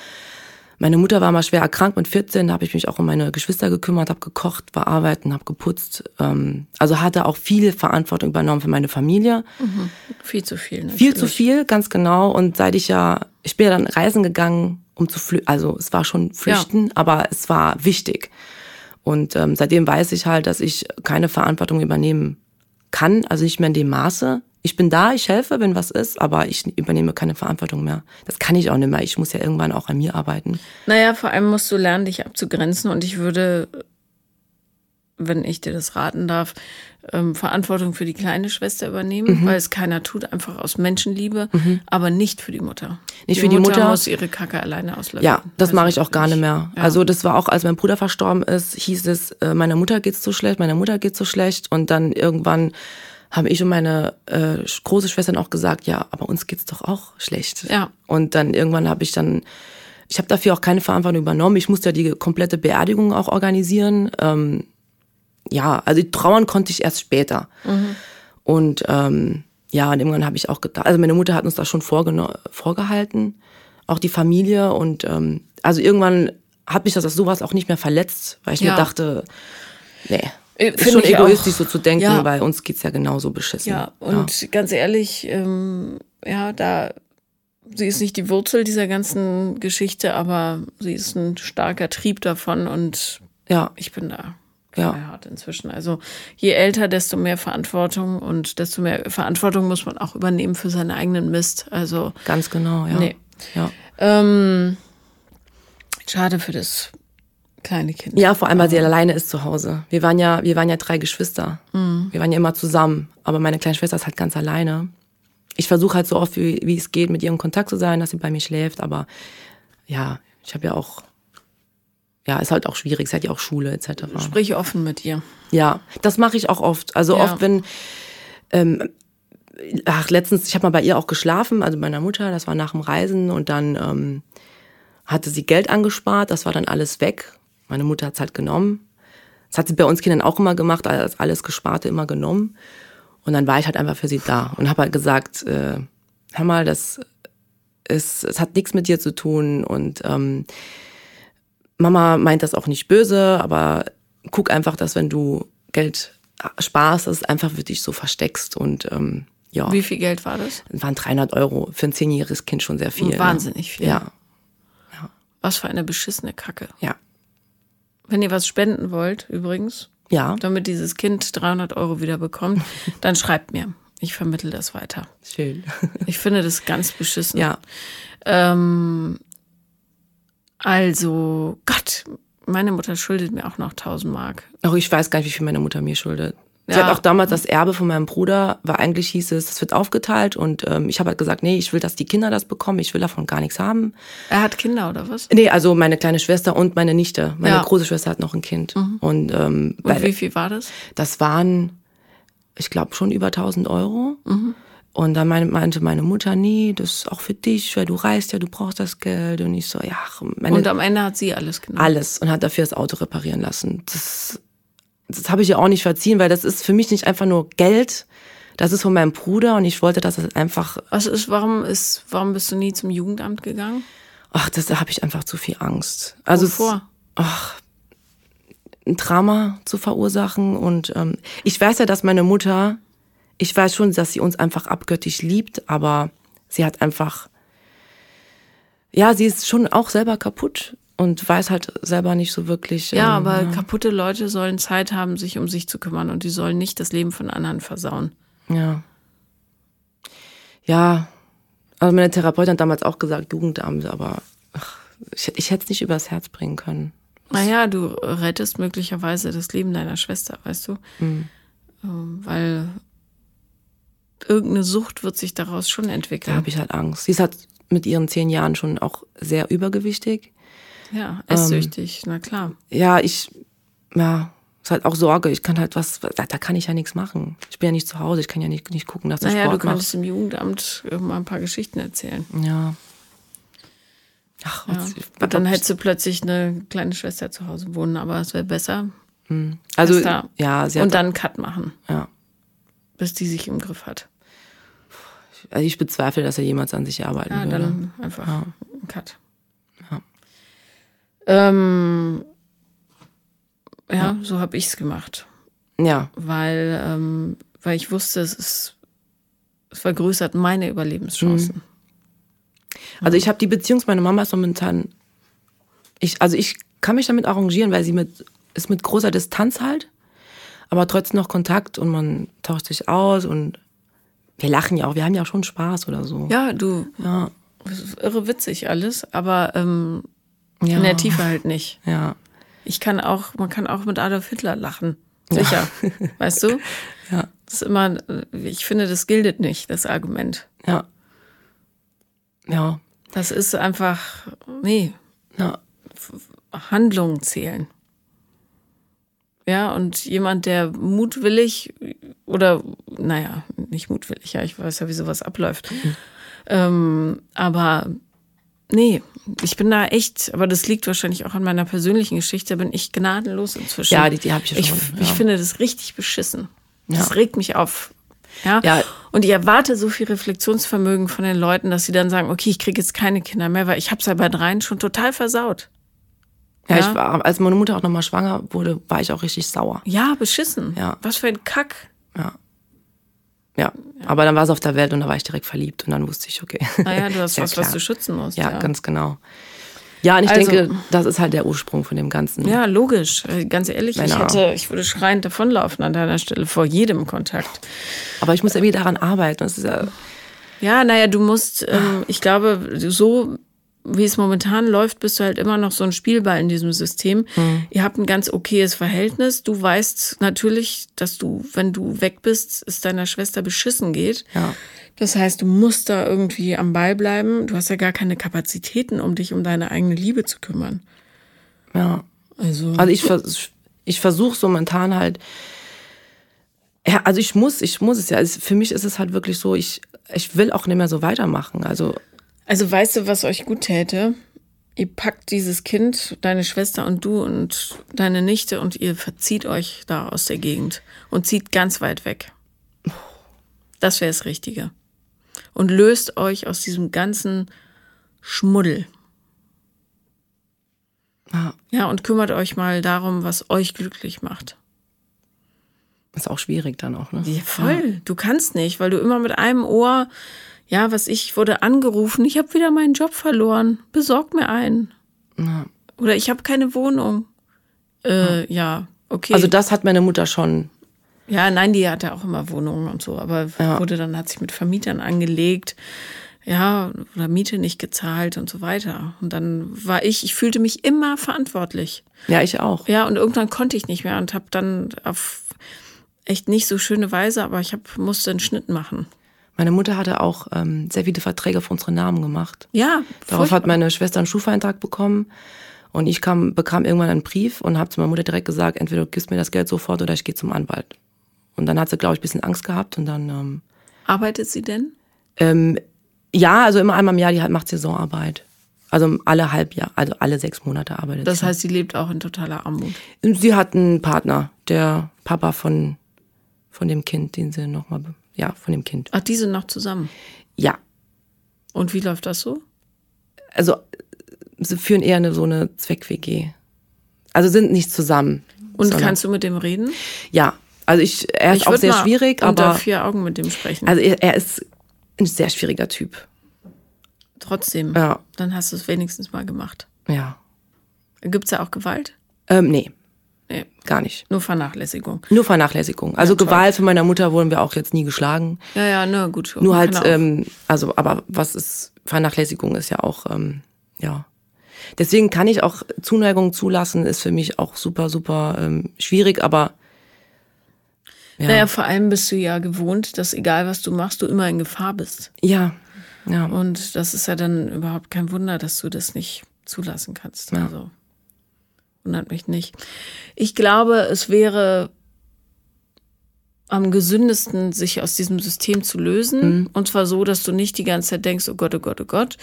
[SPEAKER 2] meine Mutter war mal schwer erkrankt mit 14, da habe ich mich auch um meine Geschwister gekümmert, habe gekocht, war arbeiten, habe geputzt. Ähm, also hatte auch viel Verantwortung übernommen für meine Familie.
[SPEAKER 1] Viel zu viel. Natürlich.
[SPEAKER 2] Viel zu viel, ganz genau. Und seit ich ja, ich bin ja dann reisen gegangen, um zu flüchten. Also es war schon flüchten, aber es war wichtig. Und ähm, seitdem weiß ich halt, dass ich keine Verantwortung übernehmen kann, also nicht mehr in dem Maße. Ich bin da, ich helfe, wenn was ist, aber ich übernehme keine Verantwortung mehr. Das kann ich auch nicht mehr. Ich muss ja irgendwann auch an mir arbeiten.
[SPEAKER 1] Naja, vor allem musst du lernen, dich abzugrenzen. Und ich würde, wenn ich dir das raten darf, ähm, Verantwortung für die kleine Schwester
[SPEAKER 2] Mhm.
[SPEAKER 1] übernehmen, weil es keiner tut, einfach aus Menschenliebe, aber nicht für die Mutter.
[SPEAKER 2] Nicht für die Mutter.
[SPEAKER 1] muss ihre Kacke alleine auslöffeln.
[SPEAKER 2] Ja, das
[SPEAKER 1] Also
[SPEAKER 2] mache ich auch gar nicht mehr.
[SPEAKER 1] Ja.
[SPEAKER 2] Also das war auch, als mein Bruder verstorben ist, hieß es, äh, meiner Mutter geht's so schlecht, meiner Mutter geht's so schlecht. Und dann irgendwann haben ich und meine äh, sch- große Schwestern auch gesagt, ja, aber uns geht's doch auch schlecht.
[SPEAKER 1] Ja.
[SPEAKER 2] Und dann irgendwann habe ich dann, ich habe dafür auch keine Verantwortung übernommen. Ich musste ja die komplette Beerdigung auch organisieren. Ähm, ja, also trauern konnte ich erst später.
[SPEAKER 1] Mhm.
[SPEAKER 2] Und ähm, ja, und irgendwann habe ich auch gedacht, also meine Mutter hat uns das schon vorgeno- vorgehalten, auch die Familie. Und ähm, also irgendwann hat mich das aus sowas auch nicht mehr verletzt, weil ich
[SPEAKER 1] Ja.
[SPEAKER 2] mir dachte, nee,
[SPEAKER 1] Äh,
[SPEAKER 2] ist
[SPEAKER 1] find
[SPEAKER 2] schon
[SPEAKER 1] ich
[SPEAKER 2] egoistisch
[SPEAKER 1] auch.
[SPEAKER 2] so zu denken,
[SPEAKER 1] Ja.
[SPEAKER 2] weil uns geht's ja genauso beschissen.
[SPEAKER 1] Ja, und ganz ehrlich, ähm, ja, da, sie ist nicht die Wurzel dieser ganzen Geschichte, aber sie ist ein starker Trieb davon und
[SPEAKER 2] ja,
[SPEAKER 1] ich bin da
[SPEAKER 2] Ja.
[SPEAKER 1] knallhart inzwischen. Also je älter, desto mehr Verantwortung und desto mehr Verantwortung muss man auch übernehmen für seinen eigenen Mist. Also
[SPEAKER 2] ganz genau, ja.
[SPEAKER 1] Nee.
[SPEAKER 2] ja.
[SPEAKER 1] ähm, schade für das kleine Kind.
[SPEAKER 2] Ja, vor allem, weil sie alleine ist zu Hause. Wir waren ja, wir waren ja drei Geschwister. Wir waren ja immer zusammen. Aber meine kleine Schwester ist halt ganz alleine. Ich versuche halt so oft, wie, wie es geht, mit ihr in Kontakt zu sein, dass sie bei mir schläft. Aber ja, ich habe ja auch, ja, ist halt auch schwierig. Sie hat ja auch Schule etc.
[SPEAKER 1] Sprich offen mit ihr.
[SPEAKER 2] Ja, das mache ich auch oft. Also
[SPEAKER 1] Ja.
[SPEAKER 2] oft, wenn, ähm, ach, letztens, ich habe mal bei ihr auch geschlafen, also bei meiner Mutter, das war nach dem Reisen und dann ähm, hatte sie Geld angespart, das war dann alles weg. Meine Mutter hat's halt genommen. Das hat sie bei uns Kindern auch immer gemacht, alles, alles Gesparte immer genommen. Und dann war ich halt einfach für sie da und habe halt gesagt, äh, hör mal, das ist, es hat nichts mit dir zu tun und ähm, Mama meint das auch nicht böse, aber guck einfach, dass wenn du Geld sparst, dass es einfach für dich so versteckst und ähm, ja,
[SPEAKER 1] Wie viel Geld war das?
[SPEAKER 2] waren 300 Euro für ein zehnjähriges Kind schon sehr viel.
[SPEAKER 1] Wahnsinnig viel.
[SPEAKER 2] Ne? Ja,
[SPEAKER 1] Was für eine beschissene Kacke.
[SPEAKER 2] ja,
[SPEAKER 1] Wenn ihr was spenden wollt, übrigens,
[SPEAKER 2] Ja,
[SPEAKER 1] damit dieses Kind 300 Euro wieder bekommt, dann schreibt mir. Ich vermittel das weiter.
[SPEAKER 2] schön.
[SPEAKER 1] Ich finde das ganz beschissen.
[SPEAKER 2] Ja,
[SPEAKER 1] Ähm, also, Gott, meine Mutter schuldet mir auch noch 1000 Mark.
[SPEAKER 2] auch ich weiß gar nicht, wie viel meine Mutter mir schuldet. Sie
[SPEAKER 1] Ja.
[SPEAKER 2] hat auch damals das Erbe von meinem Bruder, weil eigentlich hieß es, es wird aufgeteilt und ähm, ich habe halt gesagt, nee, ich will, dass die Kinder das bekommen, ich will davon gar nichts haben.
[SPEAKER 1] Er hat Kinder oder was?
[SPEAKER 2] Nee, also meine kleine Schwester und meine Nichte. Meine
[SPEAKER 1] Ja. Mhm.
[SPEAKER 2] große Schwester hat noch ein Kind. Und, ähm,
[SPEAKER 1] Und
[SPEAKER 2] bei-
[SPEAKER 1] wie viel war das?
[SPEAKER 2] das waren, ich glaube, schon über 1000 Euro.
[SPEAKER 1] Mhm.
[SPEAKER 2] Und dann meine, meinte meine Mutter, nee, das ist auch für dich, weil du reist ja, du brauchst das Geld. Und ich so, ja, ach, meine,
[SPEAKER 1] Und am Ende hat sie alles genommen.
[SPEAKER 2] alles und hat dafür das Auto reparieren lassen. Das, das habe ich ja auch nicht verziehen, weil das ist für mich nicht einfach nur Geld. Das ist von meinem Bruder und ich wollte, dass das einfach,
[SPEAKER 1] Was ist, warum ist, warum bist du nie zum Jugendamt gegangen?
[SPEAKER 2] ach, das, da habe ich einfach zu viel Angst. Also es-
[SPEAKER 1] Wovor?
[SPEAKER 2] ein Drama zu verursachen. Und ähm, ich weiß ja, dass meine Mutter, ich weiß schon, dass sie uns einfach abgöttisch liebt, aber sie hat einfach, ja, sie ist schon auch selber kaputt und weiß halt selber nicht so wirklich.
[SPEAKER 1] Ja,
[SPEAKER 2] ähm,
[SPEAKER 1] aber kaputte Leute sollen Zeit haben, sich um sich zu kümmern und die sollen nicht das Leben von anderen versauen.
[SPEAKER 2] Ja. Ja. Also meine Therapeutin hat damals auch gesagt, Jugendamt, aber ach, ich, ich hätte es nicht übers Herz bringen können.
[SPEAKER 1] Naja, du rettest möglicherweise das Leben deiner Schwester, weißt du?
[SPEAKER 2] Mhm.
[SPEAKER 1] Ähm, Weil irgendeine Sucht wird sich daraus schon
[SPEAKER 2] Da
[SPEAKER 1] entwickeln.
[SPEAKER 2] habe ich halt Angst. Sie ist halt mit ihren zehn Jahren schon auch sehr übergewichtig.
[SPEAKER 1] Ja,
[SPEAKER 2] Ähm,
[SPEAKER 1] esssüchtig, na klar.
[SPEAKER 2] ja, ich, ja, ist halt auch Sorge. Ich kann halt was, da, da kann ich ja nichts machen. Ich bin ja nicht zu Hause, ich kann ja nicht, nicht gucken, dass du
[SPEAKER 1] Naja, du
[SPEAKER 2] Sport
[SPEAKER 1] könntest
[SPEAKER 2] machst.
[SPEAKER 1] im Jugendamt äh, mal ein paar Geschichten erzählen.
[SPEAKER 2] Ja. Ach, jetzt- ich-
[SPEAKER 1] Und dann halt hättest du plötzlich eine kleine Schwester zu Hause wohnen, aber es wäre besser.
[SPEAKER 2] also,
[SPEAKER 1] da.
[SPEAKER 2] ja, sie hat,
[SPEAKER 1] Und dann einen Cut machen,
[SPEAKER 2] ja.
[SPEAKER 1] bis die sich im Griff hat.
[SPEAKER 2] Also ich bezweifle, dass er jemals an sich arbeiten
[SPEAKER 1] Ja,
[SPEAKER 2] würde.
[SPEAKER 1] dann einfach einen Cut. Ja, ähm, ja, so habe ich's gemacht.
[SPEAKER 2] Ja,
[SPEAKER 1] weil, ähm, weil ich wusste, es, ist, es vergrößert meine Überlebenschancen.
[SPEAKER 2] also
[SPEAKER 1] Mhm.
[SPEAKER 2] ich habe die Beziehung zu meiner Mama ist momentan, ich, also ich kann mich damit arrangieren, weil sie mit, ist mit großer Distanz halt, aber trotzdem noch Kontakt und man tauscht sich aus und wir lachen ja auch, wir haben ja auch schon Spaß oder so.
[SPEAKER 1] Ja, du,
[SPEAKER 2] Ja.
[SPEAKER 1] es ist irre witzig alles, aber ähm,
[SPEAKER 2] ja.
[SPEAKER 1] in der Tiefe halt nicht.
[SPEAKER 2] Ja.
[SPEAKER 1] Ich kann auch, man kann auch mit Adolf Hitler lachen. Sicher. Weißt du?
[SPEAKER 2] Ja.
[SPEAKER 1] Das ist immer, äh, ich finde, das giltet nicht, das Argument.
[SPEAKER 2] Ja. Ja.
[SPEAKER 1] Das ist einfach, nee,
[SPEAKER 2] Ja.
[SPEAKER 1] Handlungen zählen. Ja, und jemand, der mutwillig oder, naja, nicht mutwillig, ja, ich weiß ja, wie sowas abläuft.
[SPEAKER 2] Mhm.
[SPEAKER 1] Ähm, aber nee, ich bin da echt, aber das liegt wahrscheinlich auch an meiner persönlichen Geschichte, da bin ich gnadenlos inzwischen.
[SPEAKER 2] Ja, die- die hab ich ja
[SPEAKER 1] ich,
[SPEAKER 2] schon, ja.
[SPEAKER 1] ich finde das richtig beschissen. Das
[SPEAKER 2] Ja.
[SPEAKER 1] regt mich auf. Ja?
[SPEAKER 2] Ja.
[SPEAKER 1] Und ich erwarte so viel Reflexionsvermögen von den Leuten, dass sie dann sagen, okay, ich kriege jetzt keine Kinder mehr, weil ich hab's ja bei dreien schon total versaut.
[SPEAKER 2] ja,
[SPEAKER 1] Ja.
[SPEAKER 2] ich war, als meine Mutter auch nochmal schwanger wurde, war ich auch richtig sauer.
[SPEAKER 1] Ja, beschissen.
[SPEAKER 2] Ja.
[SPEAKER 1] Was für ein Kack.
[SPEAKER 2] Ja. Aber dann war sie auf der Welt und da war ich direkt verliebt und dann wusste ich, okay.
[SPEAKER 1] Naja, Ah du hast
[SPEAKER 2] Ja,
[SPEAKER 1] was,
[SPEAKER 2] klar.
[SPEAKER 1] was du schützen musst.
[SPEAKER 2] ja,
[SPEAKER 1] ja.
[SPEAKER 2] ganz genau. Ja, und ich
[SPEAKER 1] Also-
[SPEAKER 2] denke, das ist halt der Ursprung von dem Ganzen.
[SPEAKER 1] Ja, logisch. Äh, Ganz ehrlich, ich
[SPEAKER 2] Männer.
[SPEAKER 1] hätte, ich würde schreiend davonlaufen an deiner Stelle vor jedem Kontakt.
[SPEAKER 2] Aber ich muss irgendwie daran arbeiten. Das ist ja,
[SPEAKER 1] Ja, naja, du musst,
[SPEAKER 2] Ah.
[SPEAKER 1] ähm, ich glaube, so wie es momentan läuft, bist du halt immer noch so ein Spielball in diesem System.
[SPEAKER 2] Hm.
[SPEAKER 1] Ihr habt ein ganz okayes Verhältnis. Du weißt natürlich, dass du, wenn du weg bist, es deiner Schwester beschissen geht.
[SPEAKER 2] Ja.
[SPEAKER 1] Das heißt, du musst da irgendwie am Ball bleiben. Du hast ja gar keine Kapazitäten, um dich um deine eigene Liebe zu kümmern.
[SPEAKER 2] ja.
[SPEAKER 1] Also,
[SPEAKER 2] Also ich, vers ich versuche so momentan halt. Ja, also ich muss, ich muss es ja. Also für mich ist es halt wirklich so, ich, ich will auch nicht mehr so weitermachen. Also
[SPEAKER 1] also weißt du, was euch gut täte? Ihr packt dieses Kind, deine Schwester und du und deine Nichte und ihr verzieht euch da aus der Gegend und zieht ganz weit weg. Das wäre das Richtige. Und löst euch aus diesem ganzen Schmuddel.
[SPEAKER 2] ja,
[SPEAKER 1] Ja, und kümmert euch mal darum, was euch glücklich macht.
[SPEAKER 2] ist auch schwierig dann auch, ne?
[SPEAKER 1] Ja, voll. Du kannst nicht, weil du immer mit einem Ohr, ja, was ich wurde angerufen, ich habe wieder meinen Job verloren, besorg mir einen. Oder ich habe keine Wohnung. Äh, ja, okay.
[SPEAKER 2] Also das hat meine Mutter schon.
[SPEAKER 1] ja, nein, die hatte auch immer Wohnungen und so, aber
[SPEAKER 2] Ja.
[SPEAKER 1] wurde dann, hat sich mit Vermietern angelegt, ja, oder Miete nicht gezahlt und so weiter. Und dann war ich, ich fühlte mich immer verantwortlich.
[SPEAKER 2] Ja, ich auch.
[SPEAKER 1] Ja, und irgendwann konnte ich nicht mehr und habe dann auf echt nicht so schöne Weise, aber ich hab, musste einen Schnitt machen.
[SPEAKER 2] Meine Mutter hatte auch ähm, sehr viele Verträge auf unsere Namen gemacht.
[SPEAKER 1] Ja,
[SPEAKER 2] Darauf
[SPEAKER 1] furchtbar.
[SPEAKER 2] hat meine Schwester einen Schufa-Eintrag bekommen und ich kam, bekam irgendwann einen Brief und habe zu meiner Mutter direkt gesagt, entweder du gibst mir das Geld sofort oder ich gehe zum Anwalt. Und dann hat sie, glaube ich, ein bisschen Angst gehabt und dann, ähm,
[SPEAKER 1] arbeitet sie denn?
[SPEAKER 2] ähm, ja, also immer einmal im Jahr, die hat, macht Saisonarbeit. Also alle Halbjahr, also alle sechs Monate arbeitet
[SPEAKER 1] Das
[SPEAKER 2] sie.
[SPEAKER 1] heißt, sie lebt auch in totaler Armut.
[SPEAKER 2] Sie hat einen Partner, der Papa von, von dem Kind, den sie nochmal, ja, von dem Kind.
[SPEAKER 1] Ach, die sind noch zusammen.
[SPEAKER 2] Ja,
[SPEAKER 1] Und wie läuft das so?
[SPEAKER 2] also äh, sie führen eher eine, so eine Zweck-WG. Also sind nicht zusammen.
[SPEAKER 1] Und
[SPEAKER 2] sondern-
[SPEAKER 1] kannst du mit dem reden?
[SPEAKER 2] Ja, also ich, er ist auch
[SPEAKER 1] würd
[SPEAKER 2] sehr
[SPEAKER 1] mal
[SPEAKER 2] schwierig,
[SPEAKER 1] unter
[SPEAKER 2] aber
[SPEAKER 1] vier Augen mit dem sprechen.
[SPEAKER 2] also er, er ist ein sehr schwieriger Typ.
[SPEAKER 1] Trotzdem.
[SPEAKER 2] Ja.
[SPEAKER 1] Dann hast du es wenigstens mal gemacht.
[SPEAKER 2] Ja.
[SPEAKER 1] Gibt's da auch Gewalt?
[SPEAKER 2] Ähm, nee,
[SPEAKER 1] Nee,
[SPEAKER 2] gar nicht.
[SPEAKER 1] nur Vernachlässigung.
[SPEAKER 2] Nur Vernachlässigung. Also
[SPEAKER 1] toll.
[SPEAKER 2] Gewalt von meiner Mutter wurden wir auch jetzt nie geschlagen.
[SPEAKER 1] Ja, ja, na gut.
[SPEAKER 2] Nur
[SPEAKER 1] man
[SPEAKER 2] halt,
[SPEAKER 1] kann auch-
[SPEAKER 2] ähm, also, aber was ist, Vernachlässigung ist ja auch, ähm, ja. Deswegen kann ich auch Zuneigung zulassen, ist für mich auch super, super ähm, schwierig, aber ähm, ja.
[SPEAKER 1] Naja, vor allem bist du ja gewohnt, dass egal was du machst, du immer in Gefahr bist.
[SPEAKER 2] ja, ja.
[SPEAKER 1] Und das ist ja dann überhaupt kein Wunder, dass du das nicht zulassen kannst.
[SPEAKER 2] Ja.
[SPEAKER 1] Also wundert mich nicht. Ich glaube, es wäre am gesündesten, sich aus diesem System zu lösen.
[SPEAKER 2] Mhm.
[SPEAKER 1] Und zwar so, dass du nicht die ganze Zeit denkst, oh Gott, oh Gott, oh Gott.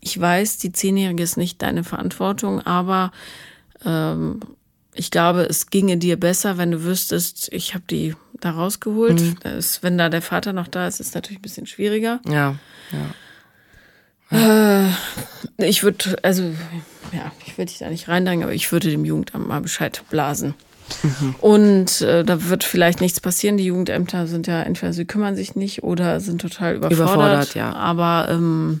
[SPEAKER 1] Ich weiß, die Zehnjährige ist nicht deine Verantwortung, aber ähm, ich glaube, es ginge dir besser, wenn du wüsstest, ich habe die da rausgeholt.
[SPEAKER 2] Mhm.
[SPEAKER 1] Das, wenn da der Vater noch da ist, ist natürlich ein bisschen schwieriger.
[SPEAKER 2] Ja, ja.
[SPEAKER 1] Äh, ich würde, also, ja, ich will dich da nicht reindrängen, aber ich würde dem Jugendamt mal Bescheid blasen. Und äh, da wird vielleicht nichts passieren. Die Jugendämter sind ja entweder sie kümmern sich nicht oder sind total überfordert.
[SPEAKER 2] Überfordert, ja.
[SPEAKER 1] Aber ähm,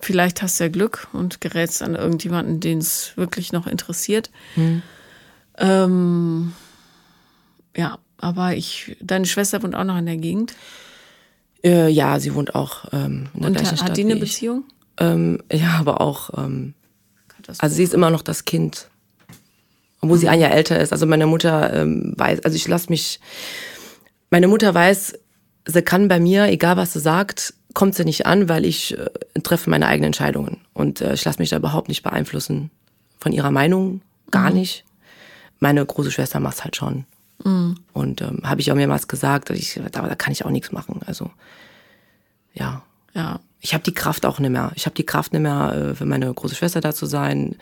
[SPEAKER 1] vielleicht hast du ja Glück und gerätst an irgendjemanden, den es wirklich noch interessiert.
[SPEAKER 2] Mhm.
[SPEAKER 1] Ähm, ja, aber ich, deine Schwester wohnt auch noch in der Gegend.
[SPEAKER 2] Äh, ja, sie wohnt auch ähm, in der
[SPEAKER 1] Und
[SPEAKER 2] gleichen
[SPEAKER 1] hat
[SPEAKER 2] Stadt
[SPEAKER 1] die eine
[SPEAKER 2] wie ich.
[SPEAKER 1] Beziehung?
[SPEAKER 2] Ähm, ja, aber auch, ähm,
[SPEAKER 1] Katastrophe.
[SPEAKER 2] also sie ist immer noch das Kind, obwohl sie ein Jahr älter ist. Also meine Mutter ähm, weiß, also ich lasse mich, meine Mutter weiß, sie kann bei mir, egal was sie sagt, kommt sie nicht an, weil ich äh, treffe meine eigenen Entscheidungen und äh, ich lasse mich da überhaupt nicht beeinflussen von ihrer Meinung, gar nicht. Meine große Schwester macht's halt schon. Und ähm, habe ich auch mehrmals gesagt, dass ich, da, da kann ich auch nichts machen. Also ja,
[SPEAKER 1] ja.
[SPEAKER 2] ich habe die Kraft auch nicht mehr. Ich habe die Kraft nicht mehr, äh, für meine große Schwester da zu sein.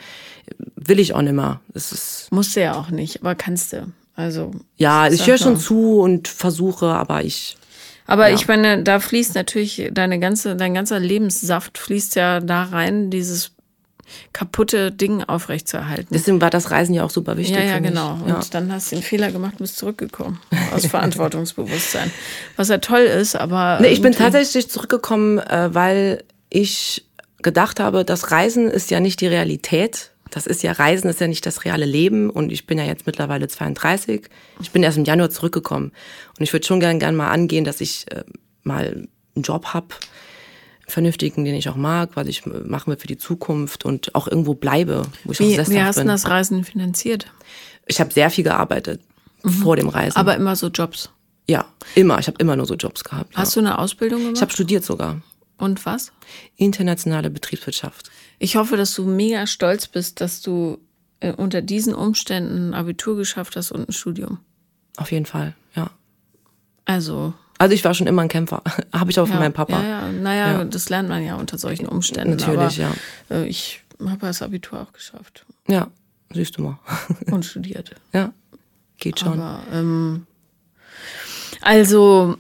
[SPEAKER 2] Will ich auch nicht mehr. Es ist,
[SPEAKER 1] Musst du ja auch nicht, aber kannst du. Also.
[SPEAKER 2] ja, ich
[SPEAKER 1] Sag
[SPEAKER 2] höre schon
[SPEAKER 1] mal.
[SPEAKER 2] zu und versuche, aber ich,
[SPEAKER 1] Aber
[SPEAKER 2] Ja.
[SPEAKER 1] ich meine, da fließt natürlich deine ganze, dein ganzer Lebenssaft fließt ja da rein, dieses kaputte Ding aufrechtzuerhalten.
[SPEAKER 2] deswegen war das Reisen ja auch super wichtig
[SPEAKER 1] ja, ja,
[SPEAKER 2] für mich.
[SPEAKER 1] genau. Und
[SPEAKER 2] Ja.
[SPEAKER 1] dann hast du den Fehler gemacht und bist zurückgekommen. Aus Verantwortungsbewusstsein. Was ja toll ist, aber.
[SPEAKER 2] Nee, ich bin
[SPEAKER 1] irgendwie-
[SPEAKER 2] tatsächlich zurückgekommen, äh, weil ich gedacht habe, das Reisen ist ja nicht die Realität. Das ist ja Reisen, ist ja nicht das reale Leben. Und ich bin ja jetzt mittlerweile 32. Ich bin erst im Januar zurückgekommen. Und ich würde schon gern, gern mal angehen, dass ich äh, mal einen Job hab, einen vernünftigen, den ich auch mag, was ich äh, machen will für die Zukunft und auch irgendwo bleibe, wo ich auch
[SPEAKER 1] Wie, wie
[SPEAKER 2] sesshaft
[SPEAKER 1] hast du
[SPEAKER 2] bin.
[SPEAKER 1] das Reisen finanziert?
[SPEAKER 2] Ich habe sehr viel gearbeitet vor dem Reisen.
[SPEAKER 1] Mhm. Aber immer so Jobs.
[SPEAKER 2] ja, immer. Ich habe immer nur so Jobs gehabt. Ja.
[SPEAKER 1] Hast du eine Ausbildung
[SPEAKER 2] Ich habe
[SPEAKER 1] gemacht?
[SPEAKER 2] studiert sogar.
[SPEAKER 1] Und was?
[SPEAKER 2] Internationale Betriebswirtschaft.
[SPEAKER 1] Ich hoffe, dass du mega stolz bist, dass du äh, unter diesen Umständen ein Abitur geschafft hast und ein Studium.
[SPEAKER 2] Auf jeden Fall, ja.
[SPEAKER 1] Also,
[SPEAKER 2] Also ich war schon immer ein Kämpfer. Habe ich auch von meinem Papa.
[SPEAKER 1] Ja, ja. Naja,
[SPEAKER 2] Ja.
[SPEAKER 1] das lernt man ja unter solchen Umständen.
[SPEAKER 2] Natürlich,
[SPEAKER 1] aber, ja. Ich habe das Abitur auch geschafft
[SPEAKER 2] ja. Ja, siehst du mal.
[SPEAKER 1] und studiert.
[SPEAKER 2] ja, geht schon.
[SPEAKER 1] Aber, ähm, also,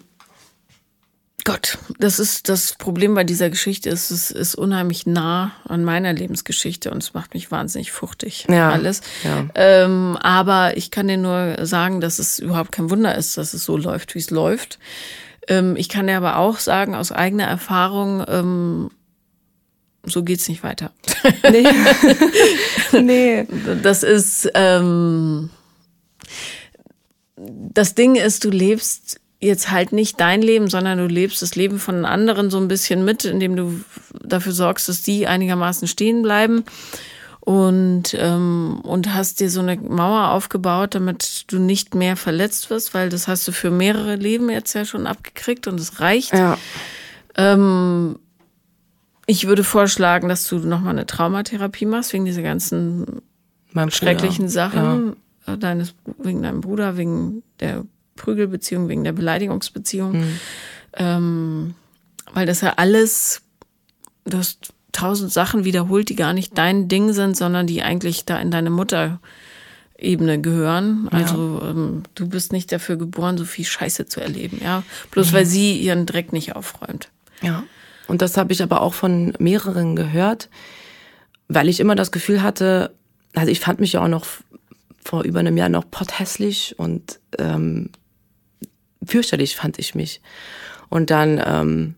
[SPEAKER 1] Gott, das ist das Problem bei dieser Geschichte, ist, es ist unheimlich nah an meiner Lebensgeschichte und es macht mich wahnsinnig fuchtig.
[SPEAKER 2] Ja,
[SPEAKER 1] Alles.
[SPEAKER 2] ja.
[SPEAKER 1] Ähm, aber ich kann dir nur sagen, dass es überhaupt kein Wunder ist, dass es so läuft, wie es läuft. Ähm, ich kann dir aber auch sagen, aus eigener Erfahrung, ähm, so geht's nicht weiter.
[SPEAKER 2] Nee. nee.
[SPEAKER 1] Das ist, ähm, das Ding ist, du lebst jetzt halt nicht dein Leben, sondern du lebst das Leben von anderen so ein bisschen mit, indem du dafür sorgst, dass die einigermaßen stehen bleiben und, ähm, und hast dir so eine Mauer aufgebaut, damit du nicht mehr verletzt wirst, weil das hast du für mehrere Leben jetzt ja schon abgekriegt und es reicht.
[SPEAKER 2] Ja.
[SPEAKER 1] Ähm, ich würde vorschlagen, dass du nochmal eine Traumatherapie machst, wegen dieser ganzen
[SPEAKER 2] Mein Bruder.
[SPEAKER 1] schrecklichen Sachen, äh, deines, wegen deinem Bruder, wegen der Prügelbeziehung, wegen der Beleidigungsbeziehung. Ähm, weil das ja alles, du hast tausend Sachen wiederholt, die gar nicht dein Ding sind, sondern die eigentlich da in deine Mutterebene gehören. Also ähm, du bist nicht dafür geboren, so viel Scheiße zu erleben, ja. Bloß weil sie ihren Dreck nicht aufräumt.
[SPEAKER 2] Ja. Und das habe ich aber auch von mehreren gehört, weil ich immer das Gefühl hatte, also ich fand mich ja auch noch f- vor über einem Jahr noch potthässlich und ähm, fürchterlich fand ich mich. Und dann ähm,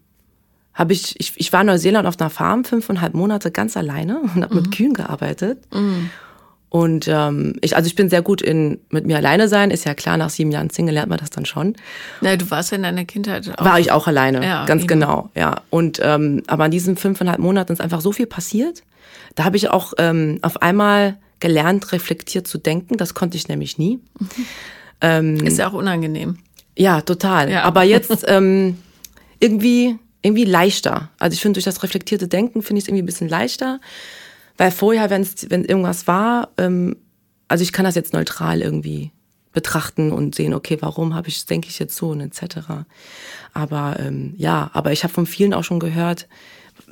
[SPEAKER 2] habe ich, ich, ich war in Neuseeland auf einer Farm fünfeinhalb Monate ganz alleine und habe mit Kühen gearbeitet. Und ähm, ich, also ich bin sehr gut in mit mir alleine sein, ist ja klar, nach sieben Jahren Single lernt man das dann schon.
[SPEAKER 1] Na, du warst ja in deiner Kindheit auch.
[SPEAKER 2] War ich auch alleine,
[SPEAKER 1] Ja,
[SPEAKER 2] ganz
[SPEAKER 1] eben.
[SPEAKER 2] genau, ja. Und ähm, aber in diesen fünfeinhalb Monaten ist einfach so viel passiert. Da habe ich auch ähm, auf einmal gelernt, reflektiert zu denken. Das konnte ich nämlich nie.
[SPEAKER 1] Ist ja auch unangenehm.
[SPEAKER 2] Ja, total.
[SPEAKER 1] Ja.
[SPEAKER 2] Aber jetzt ähm, irgendwie irgendwie leichter. Also ich finde durch das reflektierte Denken finde ich es irgendwie ein bisschen leichter, weil vorher, wenn es wenn irgendwas war, ähm, also ich kann das jetzt neutral irgendwie betrachten und sehen, okay, warum habe ich denke ich jetzt so und etc. Aber ähm, ja, aber ich habe von vielen auch schon gehört.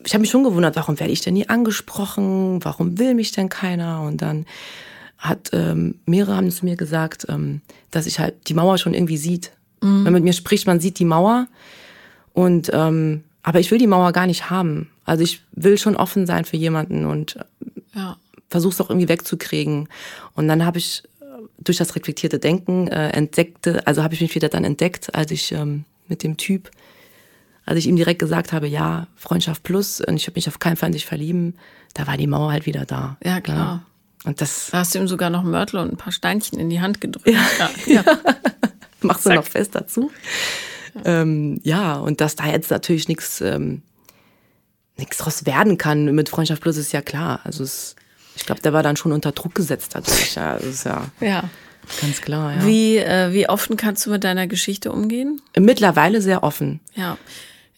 [SPEAKER 2] Ich habe mich schon gewundert, warum werde ich denn nie angesprochen? Warum will mich denn keiner? Und dann hat ähm, mehrere haben zu mir gesagt, ähm, dass ich halt die Mauer schon irgendwie sieht. Wenn man mit mir spricht, man sieht die Mauer. Und ähm, aber ich will die Mauer gar nicht haben. Also ich will schon offen sein für jemanden und
[SPEAKER 1] Ja.
[SPEAKER 2] versuch's auch irgendwie wegzukriegen. Und dann habe ich äh, durch das reflektierte Denken äh, entdeckte, also habe ich mich wieder dann entdeckt, als ich ähm, mit dem Typ, als ich ihm direkt gesagt habe, ja, Freundschaft plus und ich habe mich auf keinen Fall in dich verlieben, da war die Mauer halt wieder da.
[SPEAKER 1] Ja, klar.
[SPEAKER 2] Und das
[SPEAKER 1] Da hast du ihm sogar noch einen Mörtel und ein paar Steinchen in die Hand gedrückt. Ja. Ja.
[SPEAKER 2] machst du noch fest dazu. Ja, ähm, ja und dass da jetzt natürlich nichts ähm, nichts draus werden kann mit Freundschaft plus ist ja klar. Also es, ich glaube, der war dann schon unter Druck gesetzt dadurch. Ja, das ist ja
[SPEAKER 1] ja.
[SPEAKER 2] ganz klar. Ja.
[SPEAKER 1] Wie, äh, wie offen kannst du mit deiner Geschichte umgehen?
[SPEAKER 2] Mittlerweile sehr offen.
[SPEAKER 1] Ja.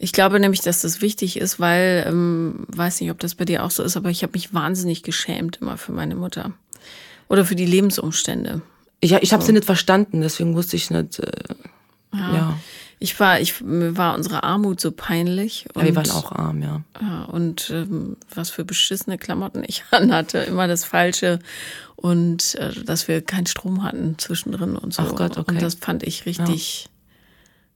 [SPEAKER 1] Ich glaube nämlich, dass das wichtig ist, weil, ähm, weiß nicht, ob das bei dir auch so ist, aber ich habe mich wahnsinnig geschämt immer für meine Mutter. Oder für die Lebensumstände.
[SPEAKER 2] Ich, ich habe sie nicht verstanden, deswegen wusste ich nicht. Äh, ja.
[SPEAKER 1] Ich war, ich, mir war unsere Armut so peinlich.
[SPEAKER 2] Ja, wir
[SPEAKER 1] und-
[SPEAKER 2] waren auch arm, ja.
[SPEAKER 1] Ja, und ähm, was für beschissene Klamotten ich anhatte, immer das Falsche und äh, dass wir keinen Strom hatten zwischendrin und so.
[SPEAKER 2] Ach Gott, okay.
[SPEAKER 1] Und das fand ich richtig,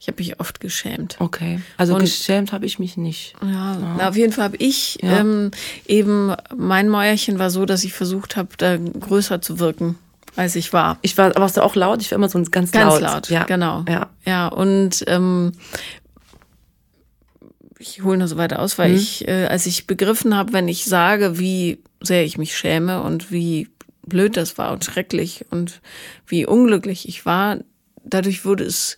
[SPEAKER 1] ich habe mich oft geschämt.
[SPEAKER 2] Okay. Also
[SPEAKER 1] Und-
[SPEAKER 2] geschämt habe ich mich nicht.
[SPEAKER 1] Ja, Na, auf jeden Fall habe ich
[SPEAKER 2] Ja.
[SPEAKER 1] ähm, eben, mein Mäuerchen war so, dass ich versucht habe, da größer zu wirken, als ich war.
[SPEAKER 2] Ich war, warst du auch laut? Ich war immer so ein ganz,
[SPEAKER 1] Ganz laut,
[SPEAKER 2] laut. ja.
[SPEAKER 1] genau.
[SPEAKER 2] Ja.
[SPEAKER 1] ja und ähm, ich hole nur so weiter aus, weil
[SPEAKER 2] Hm?
[SPEAKER 1] ich, äh, als ich begriffen habe, wenn ich sage, wie sehr ich mich schäme und wie blöd das war und schrecklich und wie unglücklich ich war, dadurch wurde es,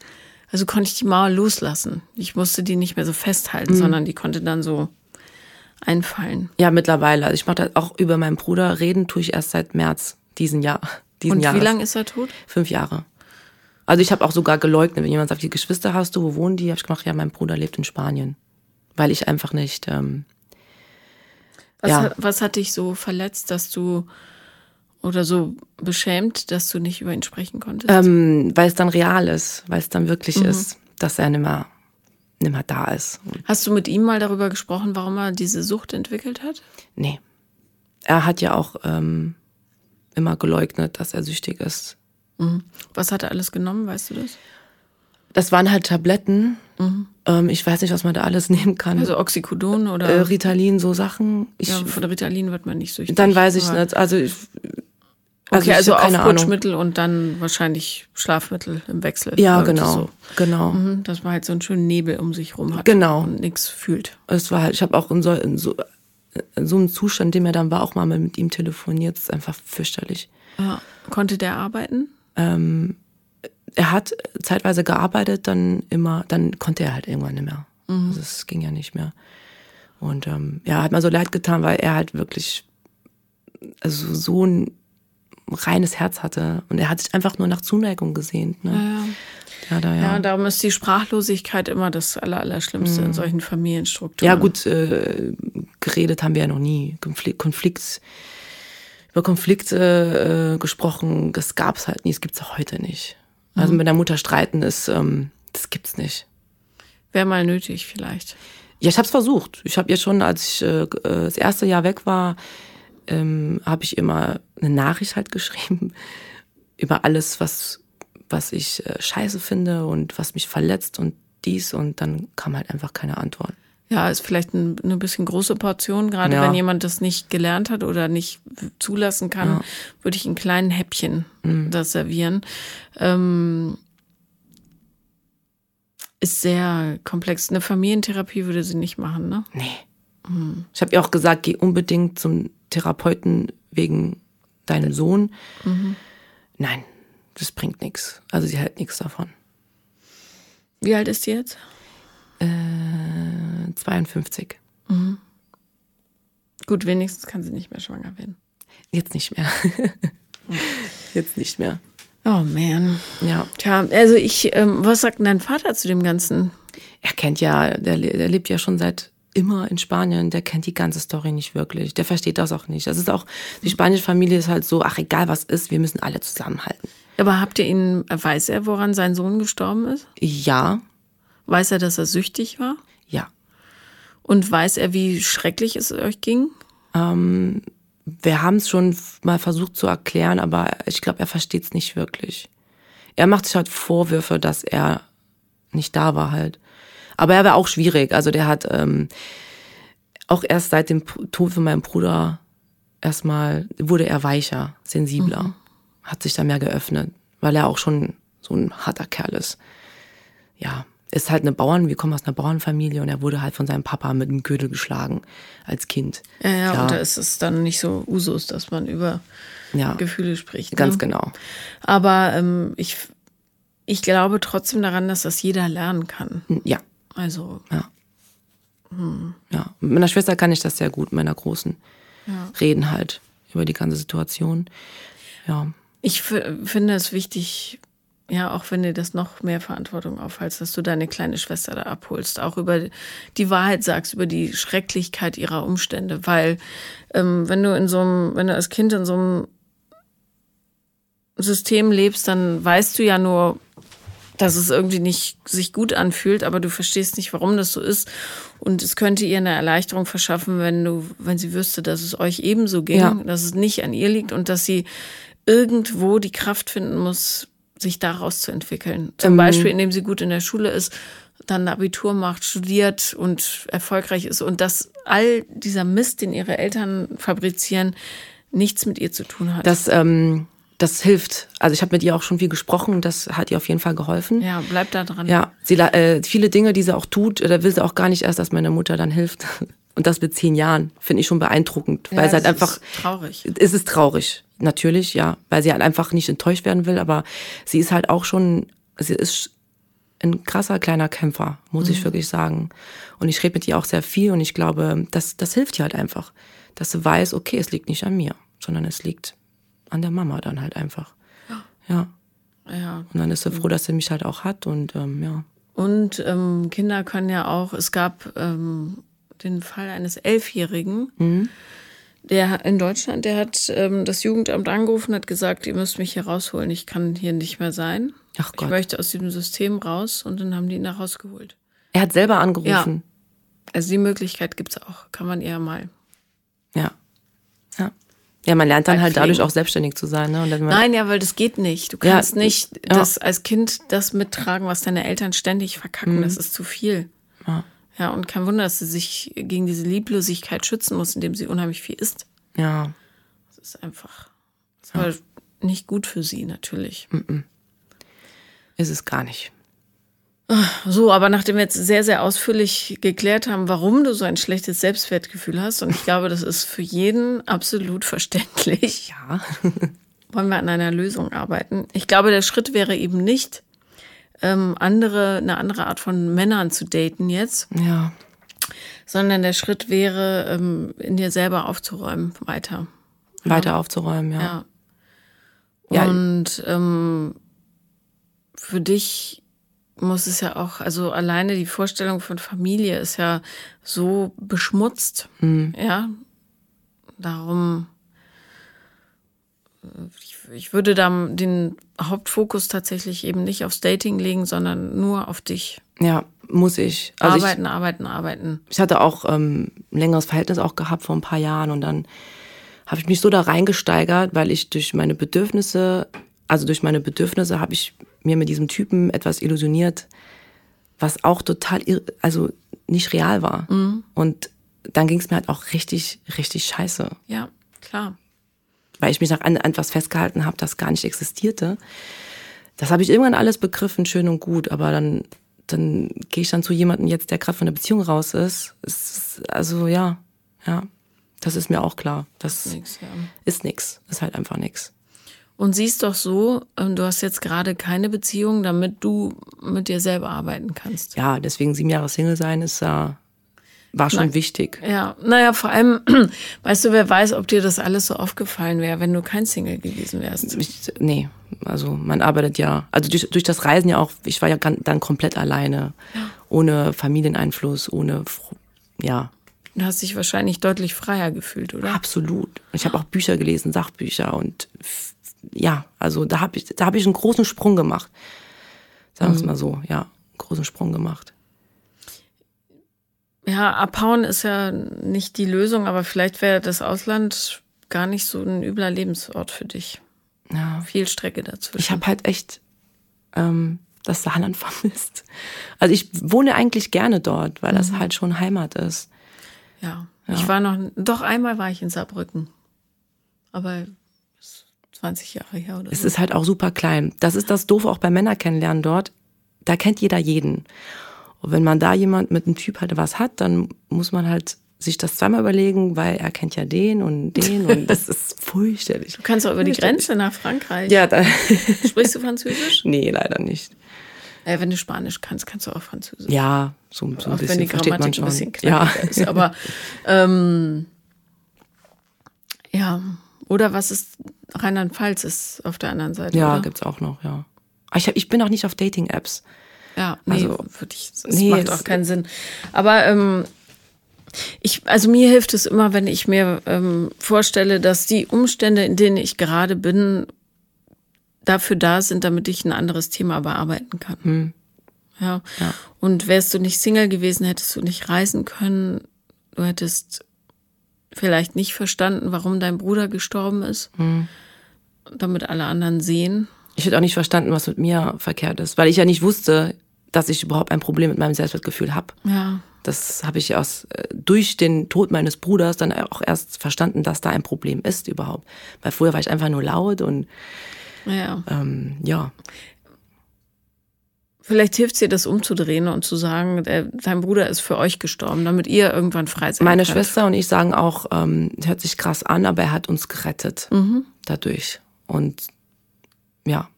[SPEAKER 1] also konnte ich die Mauer loslassen. Ich musste die nicht mehr so festhalten,
[SPEAKER 2] Hm.
[SPEAKER 1] sondern die konnte dann so einfallen.
[SPEAKER 2] Ja, mittlerweile. Also ich mache das auch über meinen Bruder. Reden tue ich erst seit März diesen Jahr. Diesen
[SPEAKER 1] Und
[SPEAKER 2] Jahres.
[SPEAKER 1] wie lange ist er tot?
[SPEAKER 2] Fünf Jahre. Also ich habe auch sogar geleugnet, wenn jemand sagt, die Geschwister hast du, wo wohnen die? Habe ich gemacht, ja, mein Bruder lebt in Spanien. Weil ich einfach nicht, ähm,
[SPEAKER 1] Was,
[SPEAKER 2] Ja.
[SPEAKER 1] hat, was hat dich so verletzt, dass du oder so beschämt, dass du nicht über ihn sprechen konntest?
[SPEAKER 2] ähm,
[SPEAKER 1] Hm.
[SPEAKER 2] weil es dann real ist, weil es dann wirklich
[SPEAKER 1] Mhm.
[SPEAKER 2] ist, dass er nimmer, nimmer da ist.
[SPEAKER 1] Hast du mit ihm mal darüber gesprochen, warum er diese Sucht entwickelt hat?
[SPEAKER 2] Nee. Er hat ja auch ähm, immer geleugnet, dass er süchtig ist.
[SPEAKER 1] Was hat er alles genommen, weißt du das?
[SPEAKER 2] Das waren halt Tabletten. Ähm, ich weiß nicht, was man da alles nehmen kann.
[SPEAKER 1] Mhm. Also Oxycodon oder
[SPEAKER 2] äh, Ritalin, so Sachen. Ich,
[SPEAKER 1] ja, von Ritalin wird man nicht süchtig.
[SPEAKER 2] Dann weiß ich
[SPEAKER 1] aber-
[SPEAKER 2] nicht. Also, ich,
[SPEAKER 1] Okay,
[SPEAKER 2] ich
[SPEAKER 1] also
[SPEAKER 2] hab keine Ahnung.
[SPEAKER 1] Aufputschmittel und dann wahrscheinlich Schlafmittel im Wechsel.
[SPEAKER 2] Ja,
[SPEAKER 1] Irgendwie
[SPEAKER 2] genau.
[SPEAKER 1] So.
[SPEAKER 2] Genau.
[SPEAKER 1] Mhm, Dass man halt so einen schönen Nebel um sich rum hat
[SPEAKER 2] Genau.
[SPEAKER 1] und nichts fühlt.
[SPEAKER 2] Es war halt, ich habe auch in so, in so in so einem Zustand, in dem er dann war, auch mal mit ihm telefoniert. Das ist einfach fürchterlich.
[SPEAKER 1] Ja. Konnte der arbeiten?
[SPEAKER 2] Ähm, er hat äh, zeitweise gearbeitet, dann immer, dann konnte er halt irgendwann nicht mehr. Also es ging ja nicht mehr. Und ähm, ja, hat mir so leid getan, weil er halt wirklich also so ein reines Herz hatte. Und er hat sich einfach nur nach Zuneigung gesehnt. Ne?
[SPEAKER 1] Ja.
[SPEAKER 2] Ja, da, ja.
[SPEAKER 1] Ja,
[SPEAKER 2] Ja, Mhm.
[SPEAKER 1] darum ist die Sprachlosigkeit immer das Aller, Allerschlimmste in solchen Familienstrukturen.
[SPEAKER 2] gut, äh, geredet haben wir ja noch nie. Konflikt, Konflikt über Konflikte äh, gesprochen, das gab's halt nie, das gibt's auch heute nicht. Also mit der Mutter streiten ist, ähm, das gibt's nicht.
[SPEAKER 1] Wäre mal nötig vielleicht.
[SPEAKER 2] Ja, ich habe es versucht. Ich habe ja schon, als ich äh, äh, das erste Jahr weg war, ähm, habe ich immer eine Nachricht halt geschrieben über alles, was, was ich äh, scheiße finde und was mich verletzt und dies und dann kam halt einfach keine Antwort.
[SPEAKER 1] Ja, ist vielleicht ein, eine bisschen große Portion, gerade
[SPEAKER 2] Ja.
[SPEAKER 1] wenn jemand das nicht gelernt hat oder nicht zulassen kann, würde ich in kleinen Häppchen das servieren. Ähm, ist sehr komplex. Eine Familientherapie würde sie nicht machen, ne?
[SPEAKER 2] Nee. Ich habe ihr auch gesagt, geh unbedingt zum Therapeuten wegen deinem Sohn. Nein, das bringt nichts. Also sie hält nichts davon.
[SPEAKER 1] Wie alt ist sie jetzt?
[SPEAKER 2] 52.
[SPEAKER 1] Gut, wenigstens kann sie nicht mehr schwanger werden.
[SPEAKER 2] Jetzt nicht mehr. Jetzt nicht mehr.
[SPEAKER 1] Oh man.
[SPEAKER 2] Ja.
[SPEAKER 1] Tja, also ich, ähm, was sagt denn dein Vater zu dem Ganzen?
[SPEAKER 2] Er kennt ja, der, le- der lebt ja schon seit immer in Spanien, der kennt die ganze Story nicht wirklich. Der versteht das auch nicht. Das ist auch, die spanische Familie ist halt so, ach egal was ist, wir müssen alle zusammenhalten.
[SPEAKER 1] Aber habt ihr ihn, weiß er, woran sein Sohn gestorben ist?
[SPEAKER 2] Ja,
[SPEAKER 1] Weiß er, dass er süchtig war?
[SPEAKER 2] ja.
[SPEAKER 1] Und weiß er, wie schrecklich es euch ging?
[SPEAKER 2] Wir haben es schon f- mal versucht zu erklären, aber ich glaube, er versteht es nicht wirklich. Er macht sich halt Vorwürfe, dass er nicht da war halt. Aber er war auch schwierig. Also der hat ähm, auch erst seit dem P- Tod von meinem Bruder erstmal wurde er weicher, sensibler,
[SPEAKER 1] Mhm.
[SPEAKER 2] hat sich da mehr geöffnet, weil er auch schon so ein harter Kerl ist. Ja, ist halt eine Bauern, wir kommen aus einer Bauernfamilie und er wurde halt von seinem Papa mit einem Gürtel geschlagen als Kind.
[SPEAKER 1] Ja, ja,
[SPEAKER 2] Klar.
[SPEAKER 1] und da ist es dann nicht so Usus, dass man über
[SPEAKER 2] ja.
[SPEAKER 1] Gefühle spricht. Ne?
[SPEAKER 2] Ganz genau.
[SPEAKER 1] Aber ähm, ich, ich glaube trotzdem daran, dass das jeder lernen kann.
[SPEAKER 2] Ja,
[SPEAKER 1] Also,
[SPEAKER 2] ja. Mit meiner Schwester kann ich das sehr gut, mit meiner Großen. Reden halt über die ganze Situation. Ja.
[SPEAKER 1] ich f- finde es wichtig, ja, auch wenn dir das noch mehr Verantwortung aufhalst, dass du deine kleine Schwester da abholst, auch über die Wahrheit sagst, über die Schrecklichkeit ihrer Umstände. Weil ähm, wenn du in so einem, wenn du als Kind in so einem System lebst, dann weißt du ja nur, dass es irgendwie nicht sich gut anfühlt, aber du verstehst nicht, warum das so ist. Und es könnte ihr eine Erleichterung verschaffen, wenn du, wenn sie wüsste, dass es euch ebenso ging,
[SPEAKER 2] Ja.
[SPEAKER 1] dass es nicht an ihr liegt und dass sie irgendwo die Kraft finden muss, sich daraus zu entwickeln. Zum
[SPEAKER 2] Ähm.
[SPEAKER 1] Beispiel, indem sie gut in der Schule ist, dann ein Abitur macht, studiert und erfolgreich ist und dass all dieser Mist, den ihre Eltern fabrizieren, nichts mit ihr zu tun hat.
[SPEAKER 2] Das, ähm, das hilft. Also ich habe mit ihr auch schon viel gesprochen. Das hat ihr auf jeden Fall geholfen.
[SPEAKER 1] ja, bleib da dran.
[SPEAKER 2] Ja, sie, la- äh, viele Dinge, die sie auch tut, äh, da will sie auch gar nicht erst, dass meine Mutter dann hilft. Und das mit zehn Jahren finde ich schon beeindruckend, weil
[SPEAKER 1] Ja,
[SPEAKER 2] es halt
[SPEAKER 1] das
[SPEAKER 2] einfach
[SPEAKER 1] ist traurig.
[SPEAKER 2] es ist traurig, natürlich, ja, weil sie halt einfach nicht enttäuscht werden will, aber sie ist halt auch schon, sie ist ein krasser kleiner Kämpfer, muss
[SPEAKER 1] Mhm.
[SPEAKER 2] ich wirklich sagen. Und ich rede mit ihr auch sehr viel und ich glaube, das, das hilft ihr halt einfach, dass sie weiß, okay, es liegt nicht an mir, sondern es liegt an der Mama dann halt einfach. Ja,
[SPEAKER 1] Ja.
[SPEAKER 2] und dann ist sie
[SPEAKER 1] Mhm.
[SPEAKER 2] froh, dass sie mich halt auch hat und ähm, ja.
[SPEAKER 1] Und ähm, Kinder können ja auch, es gab ähm, den Fall eines Elfjährigen, der in Deutschland, der hat ähm, das Jugendamt angerufen, hat gesagt, ihr müsst mich hier rausholen, ich kann hier nicht mehr sein.
[SPEAKER 2] Ach
[SPEAKER 1] Ich
[SPEAKER 2] Gott.
[SPEAKER 1] möchte aus diesem System raus und dann haben die ihn da rausgeholt.
[SPEAKER 2] Er hat selber angerufen.
[SPEAKER 1] Also die Möglichkeit gibt's auch, kann man eher mal.
[SPEAKER 2] Ja. Ja. Ja, man lernt dann halt dadurch
[SPEAKER 1] Pflegen.
[SPEAKER 2] auch selbstständig zu sein. Ne? Und dann
[SPEAKER 1] Nein, ja, weil das geht nicht. Du
[SPEAKER 2] Ja,
[SPEAKER 1] kannst nicht
[SPEAKER 2] ja.
[SPEAKER 1] das als Kind das mittragen, was deine Eltern ständig verkacken. Das ist zu viel.
[SPEAKER 2] Mhm. Ja.
[SPEAKER 1] Ja, und kein Wunder, dass sie sich gegen diese Lieblosigkeit schützen muss, indem sie unheimlich viel isst.
[SPEAKER 2] Ja.
[SPEAKER 1] Das ist einfach das war
[SPEAKER 2] Mhm.
[SPEAKER 1] nicht gut für sie, natürlich.
[SPEAKER 2] Ist es gar nicht.
[SPEAKER 1] So, aber nachdem wir jetzt sehr, sehr ausführlich geklärt haben, warum du so ein schlechtes Selbstwertgefühl hast, und ich glaube, das ist für jeden absolut verständlich,
[SPEAKER 2] Ja.
[SPEAKER 1] wollen wir an einer Lösung arbeiten. Ich glaube, der Schritt wäre eben nicht, ähm, andere, eine andere Art von Männern zu daten jetzt,
[SPEAKER 2] Ja.
[SPEAKER 1] sondern der Schritt wäre, ähm, in dir selber aufzuräumen weiter.
[SPEAKER 2] Weiter aufzuräumen, ja.
[SPEAKER 1] Ja.
[SPEAKER 2] Ja.
[SPEAKER 1] Und ähm, für dich muss es ja auch, also alleine die Vorstellung von Familie ist ja so beschmutzt.
[SPEAKER 2] Mhm.
[SPEAKER 1] Ja. Darum, äh, ich, ich würde da den Hauptfokus tatsächlich eben nicht aufs Dating legen, sondern nur auf dich.
[SPEAKER 2] Ja, muss ich. Also ich,
[SPEAKER 1] arbeiten, arbeiten, arbeiten.
[SPEAKER 2] ich hatte auch ähm, ein längeres Verhältnis auch gehabt vor ein paar Jahren und dann habe ich mich so da reingesteigert, weil ich durch meine Bedürfnisse, also durch meine Bedürfnisse habe ich mir mit diesem Typen etwas illusioniert, was auch total, irr- also nicht real war. Und dann ging es mir halt auch richtig, richtig scheiße,
[SPEAKER 1] Ja, klar.
[SPEAKER 2] weil ich mich nach an, an etwas festgehalten habe, das gar nicht existierte. Das habe ich irgendwann alles begriffen, schön und gut, aber dann, dann gehe ich dann zu jemandem jetzt, der gerade von der Beziehung raus ist. Es ist also ja, ja, das ist mir auch klar. Das
[SPEAKER 1] Nix, ja.
[SPEAKER 2] ist nix, ist halt einfach nix.
[SPEAKER 1] Und siehst doch so, ähm, du hast jetzt gerade keine Beziehung, damit du mit dir selber arbeiten kannst.
[SPEAKER 2] Ja, deswegen sieben Jahre Single sein ist ja, war schon wichtig.
[SPEAKER 1] Ja, naja, vor allem, weißt du, wer weiß, ob dir das alles so aufgefallen wäre, wenn du kein Single gewesen wärst.
[SPEAKER 2] Ich, nee, also man arbeitet ja, also durch, durch das Reisen ja auch, ich war ja gan- dann komplett alleine, ohne Familieneinfluss, ohne, Fr- ja,
[SPEAKER 1] Du hast dich wahrscheinlich deutlich freier gefühlt, oder?
[SPEAKER 2] Absolut. Und Ich habe auch Bücher gelesen, Sachbücher und f- ja, also da habe ich, da habe ich einen großen Sprung gemacht. Sagen wir es mal so, ja, einen großen Sprung gemacht.
[SPEAKER 1] Ja, abhauen ist ja nicht die Lösung, aber vielleicht wäre das Ausland gar nicht so ein übler Lebensort für dich.
[SPEAKER 2] Ja.
[SPEAKER 1] Viel Strecke dazwischen.
[SPEAKER 2] Ich habe halt echt ähm, das Saarland vermisst. Also ich wohne eigentlich gerne dort, weil das halt schon Heimat ist.
[SPEAKER 1] ja. ich war noch, doch einmal war ich in Saarbrücken. Aber ist 20 Jahre her oder so.
[SPEAKER 2] Es ist halt auch super klein. Das ist das Doofe auch bei Männer kennenlernen dort. Da kennt jeder jeden. Und wenn man da jemand mit einem Typ halt was hat, dann muss man halt sich das zweimal überlegen, weil er kennt ja den und den und das ist fürchterlich.
[SPEAKER 1] Du kannst auch über die Grenze nach Frankreich.
[SPEAKER 2] Ja, da,
[SPEAKER 1] Sprichst du Französisch?
[SPEAKER 2] nee, leider nicht.
[SPEAKER 1] Äh, wenn du Spanisch kannst, kannst du auch Französisch.
[SPEAKER 2] Ja, so, so ein
[SPEAKER 1] auch wenn
[SPEAKER 2] bisschen
[SPEAKER 1] die
[SPEAKER 2] versteht man
[SPEAKER 1] Grammatik
[SPEAKER 2] schon.
[SPEAKER 1] ein bisschen knackiger
[SPEAKER 2] ja.
[SPEAKER 1] ist. Aber ähm, ja, oder was ist Rheinland-Pfalz ist auf der anderen Seite?
[SPEAKER 2] ja,
[SPEAKER 1] oder?
[SPEAKER 2] gibt's auch noch, ja. Aber Ich, hab, ich bin auch nicht auf Dating-Apps.
[SPEAKER 1] Ja, nee,
[SPEAKER 2] Also,
[SPEAKER 1] für dich, das
[SPEAKER 2] nee,
[SPEAKER 1] macht
[SPEAKER 2] es-
[SPEAKER 1] auch keinen Sinn. Aber ähm, ich, also mir hilft es immer, wenn ich mir ähm, vorstelle, dass die Umstände, in denen ich gerade bin, dafür da sind, damit ich ein anderes Thema bearbeiten kann.
[SPEAKER 2] Hm.
[SPEAKER 1] Ja. Und wärst du nicht Single gewesen, hättest du nicht reisen können. Du hättest vielleicht nicht verstanden, warum dein Bruder gestorben ist,
[SPEAKER 2] Hm.
[SPEAKER 1] damit alle anderen sehen.
[SPEAKER 2] Ich hätte auch nicht verstanden, was mit mir verkehrt ist, weil ich ja nicht wusste, dass ich überhaupt ein Problem mit meinem Selbstwertgefühl habe.
[SPEAKER 1] Ja.
[SPEAKER 2] Das habe ich aus, äh, durch den Tod meines Bruders dann auch erst verstanden, dass da ein Problem ist überhaupt. Weil früher war ich einfach nur laut und
[SPEAKER 1] Ja.
[SPEAKER 2] ähm, ja,
[SPEAKER 1] Vielleicht hilft dir das umzudrehen und zu sagen, der, dein Bruder ist für euch gestorben, damit ihr irgendwann frei seid.
[SPEAKER 2] meine Schwester und ich sagen auch, ähm, hört sich krass an, aber er hat uns gerettet dadurch. Und ja,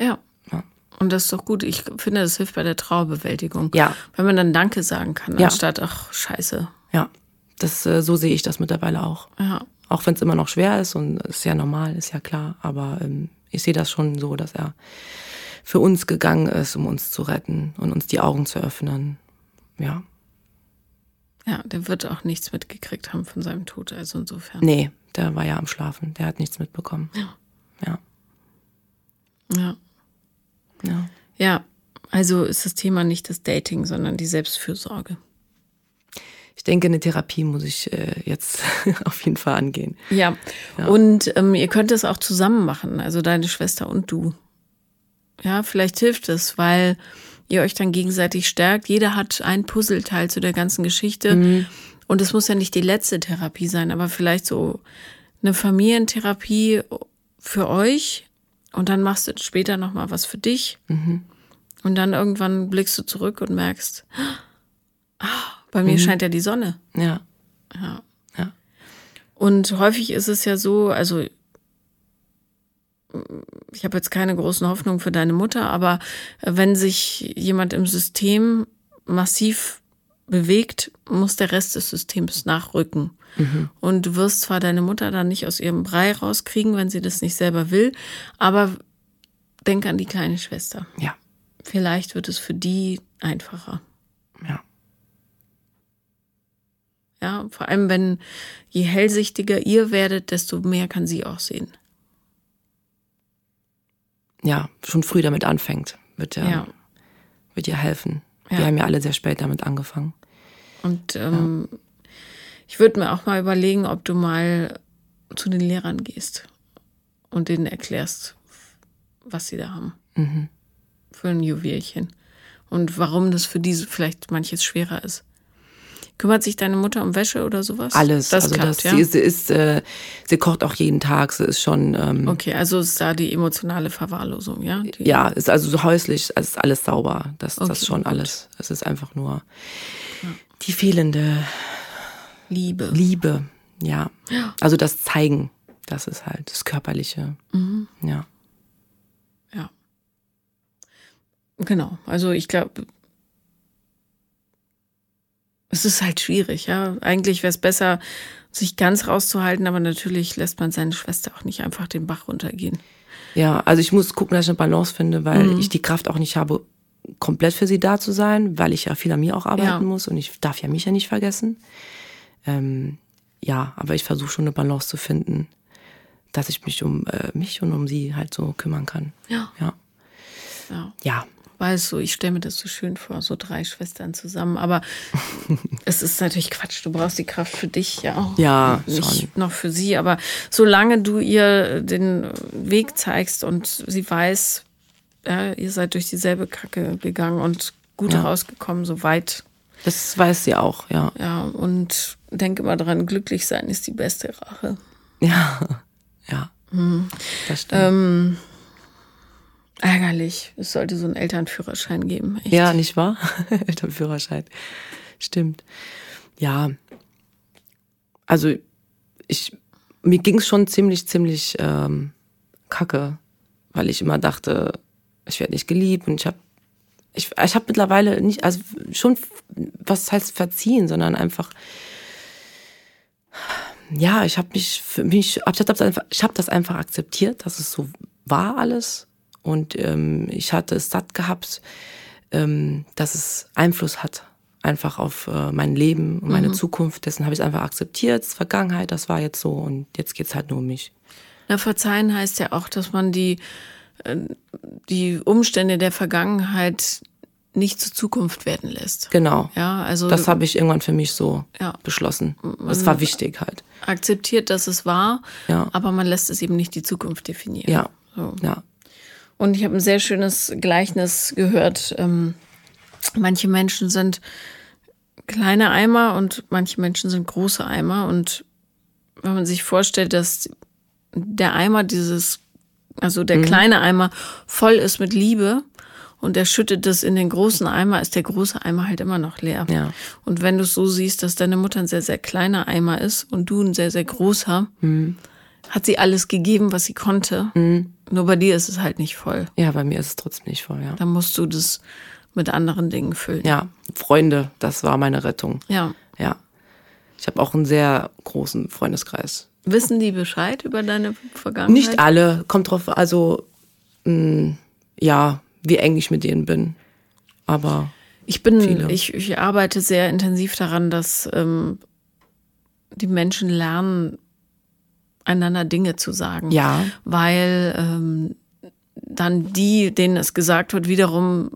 [SPEAKER 1] Ja.
[SPEAKER 2] Ja.
[SPEAKER 1] Und das ist doch gut. Ich finde, das hilft bei der Trauerbewältigung.
[SPEAKER 2] Ja.
[SPEAKER 1] Wenn man dann Danke sagen kann,
[SPEAKER 2] Ja.
[SPEAKER 1] anstatt, ach, scheiße.
[SPEAKER 2] ja, das äh, so sehe ich das mittlerweile auch.
[SPEAKER 1] Ja.
[SPEAKER 2] Auch wenn es immer noch schwer ist und ist ja normal, ist ja klar, aber ähm, ich sehe das schon so, dass er für uns gegangen ist, um uns zu retten und uns die Augen zu öffnen. Ja.
[SPEAKER 1] Ja, der wird auch nichts mitgekriegt haben von seinem Tod. Also insofern.
[SPEAKER 2] Nee, der war ja am Schlafen. Der hat nichts mitbekommen. Ja. Ja.
[SPEAKER 1] Ja.
[SPEAKER 2] ja.
[SPEAKER 1] Ja. Also ist das Thema nicht das Dating, sondern die Selbstfürsorge.
[SPEAKER 2] Ich denke, eine Therapie muss ich äh, jetzt auf jeden Fall angehen.
[SPEAKER 1] Ja. Und ähm, ihr könnt es auch zusammen machen, also deine Schwester und du. Ja, vielleicht hilft es, weil ihr euch dann gegenseitig stärkt. Jeder hat ein Puzzleteil zu der ganzen Geschichte. Und es muss ja nicht die letzte Therapie sein, aber vielleicht so eine Familientherapie für euch. Und dann machst du später nochmal was für dich. Und dann irgendwann blickst du zurück und merkst, ah, bei mir scheint ja die Sonne.
[SPEAKER 2] Ja.
[SPEAKER 1] Ja.
[SPEAKER 2] Ja.
[SPEAKER 1] Und häufig ist es ja so, also ich habe jetzt keine großen Hoffnungen für deine Mutter, aber wenn sich jemand im System massiv bewegt, muss der Rest des Systems nachrücken.
[SPEAKER 2] Mhm.
[SPEAKER 1] Und du wirst zwar deine Mutter dann nicht aus ihrem Brei rauskriegen, wenn sie das nicht selber will, aber denk an die kleine Schwester.
[SPEAKER 2] Ja.
[SPEAKER 1] Vielleicht wird es für die einfacher.
[SPEAKER 2] Ja.
[SPEAKER 1] Ja, vor allem wenn je hellsichtiger ihr werdet, desto mehr kann sie auch sehen.
[SPEAKER 2] Ja. Schon früh damit anfängt, wird ja,
[SPEAKER 1] Ja.
[SPEAKER 2] wird ja helfen.
[SPEAKER 1] Ja.
[SPEAKER 2] Wir haben ja alle sehr spät damit angefangen.
[SPEAKER 1] Und ähm, ich würde mir auch mal überlegen, ob du mal zu den Lehrern gehst und denen erklärst, was sie da haben.
[SPEAKER 2] Mhm.
[SPEAKER 1] Für ein Juwelchen. Und warum das für diese vielleicht manches schwerer ist. Kümmert sich deine Mutter um Wäsche oder sowas?
[SPEAKER 2] Alles.
[SPEAKER 1] Das
[SPEAKER 2] also
[SPEAKER 1] klappt,
[SPEAKER 2] das,
[SPEAKER 1] ja.
[SPEAKER 2] sie, ist- sie ist, äh, sie kocht auch jeden Tag. Sie ist schon, ähm,
[SPEAKER 1] okay, also ist da die emotionale Verwahrlosung, ja? Die,
[SPEAKER 2] ja, ist also so häuslich, es ist alles sauber. Das,
[SPEAKER 1] Okay,
[SPEAKER 2] das schon
[SPEAKER 1] gut.
[SPEAKER 2] alles. Es ist einfach nur die fehlende
[SPEAKER 1] Liebe.
[SPEAKER 2] Liebe. Ja. Also das Zeigen, das ist halt das Körperliche.
[SPEAKER 1] Mhm.
[SPEAKER 2] Ja.
[SPEAKER 1] Ja. Genau. Also ich glaube, es ist halt schwierig, ja. Eigentlich wäre es besser, sich ganz rauszuhalten, aber natürlich lässt man seine Schwester auch nicht einfach den Bach runtergehen.
[SPEAKER 2] Ja, also ich muss gucken, dass ich eine Balance finde, weil ich die Kraft auch nicht habe, komplett für sie da zu sein, weil ich ja viel an mir auch arbeiten
[SPEAKER 1] Ja.
[SPEAKER 2] muss und ich darf ja mich ja nicht vergessen. Ähm, ja, aber ich versuche schon eine Balance zu finden, dass ich mich um äh, mich und um sie halt so kümmern kann.
[SPEAKER 1] Ja.
[SPEAKER 2] Ja.
[SPEAKER 1] Ja.
[SPEAKER 2] Ja.
[SPEAKER 1] Weißt du, ich stelle mir das so schön vor, so drei Schwestern zusammen. Aber es ist natürlich Quatsch. Du brauchst die Kraft für dich ja auch.
[SPEAKER 2] Ja,
[SPEAKER 1] nicht
[SPEAKER 2] schon.
[SPEAKER 1] noch für sie. Aber solange du ihr äh, den Weg zeigst und sie weiß, ja, ihr seid durch dieselbe Kacke gegangen und gut
[SPEAKER 2] Ja.
[SPEAKER 1] rausgekommen, so weit.
[SPEAKER 2] Das weiß sie auch, ja.
[SPEAKER 1] Ja, und denk immer dran, glücklich sein ist die beste Rache.
[SPEAKER 2] Ja. Ja. Das stimmt.
[SPEAKER 1] Ähm, ärgerlich. Es sollte so einen Elternführerschein geben. Echt.
[SPEAKER 2] Ja, nicht wahr? Elternführerschein. Stimmt. Ja. Also ich, mir ging's schon ziemlich, ziemlich ähm, kacke, weil ich immer dachte, ich werde nicht geliebt und ich habe ich, ich habe mittlerweile nicht, also schon, was heißt verziehen, sondern einfach, ja, ich habe mich für mich, ich habe das, einfach- ich hab das einfach akzeptiert, dass es so war alles und ähm, ich hatte es satt gehabt, ähm, dass es Einfluss hat einfach auf äh, mein Leben und
[SPEAKER 1] Mhm.
[SPEAKER 2] meine Zukunft. Dessen habe ich einfach akzeptiert, es ist Vergangenheit, das war jetzt so und jetzt geht's halt nur um mich.
[SPEAKER 1] Na, verzeihen heißt ja auch, dass man die, äh, die Umstände der Vergangenheit nicht zur Zukunft werden lässt.
[SPEAKER 2] Genau.
[SPEAKER 1] Ja, also
[SPEAKER 2] Das habe ich irgendwann für mich so
[SPEAKER 1] Ja. Mhm.
[SPEAKER 2] beschlossen. Es war wichtig halt.
[SPEAKER 1] akzeptiert, dass es war,
[SPEAKER 2] Ja.
[SPEAKER 1] aber man lässt es eben nicht die Zukunft definieren.
[SPEAKER 2] Ja.
[SPEAKER 1] So.
[SPEAKER 2] Ja.
[SPEAKER 1] Und ich habe ein sehr schönes Gleichnis gehört. Ähm, manche Menschen sind kleine Eimer und manche Menschen sind große Eimer. Und wenn man sich vorstellt, dass der Eimer dieses, also
[SPEAKER 2] Mhm.
[SPEAKER 1] der kleine Eimer voll ist mit Liebe und er schüttet das in den großen Eimer, ist der große Eimer halt immer noch leer.
[SPEAKER 2] Ja.
[SPEAKER 1] Und wenn du es so siehst, dass deine Mutter ein sehr, sehr kleiner Eimer ist und du ein sehr, sehr großer,
[SPEAKER 2] Mhm.
[SPEAKER 1] hat sie alles gegeben, was sie konnte. Nur bei dir ist es halt nicht voll.
[SPEAKER 2] Ja, bei mir ist es trotzdem nicht voll, ja.
[SPEAKER 1] Dann musst du das mit anderen Dingen füllen.
[SPEAKER 2] Ja, Freunde, das war meine Rettung.
[SPEAKER 1] Ja.
[SPEAKER 2] Ja. Ich habe auch einen sehr großen Freundeskreis.
[SPEAKER 1] Wissen die Bescheid über deine Vergangenheit?
[SPEAKER 2] Nicht alle, kommt drauf, also mh, ja, wie eng ich mit denen bin. Aber
[SPEAKER 1] Ich bin,
[SPEAKER 2] Viele.
[SPEAKER 1] ich, ich arbeite sehr intensiv daran, dass ähm, die Menschen lernen, einander Dinge zu sagen.
[SPEAKER 2] Ja.
[SPEAKER 1] Weil ähm, dann die, denen es gesagt wird, wiederum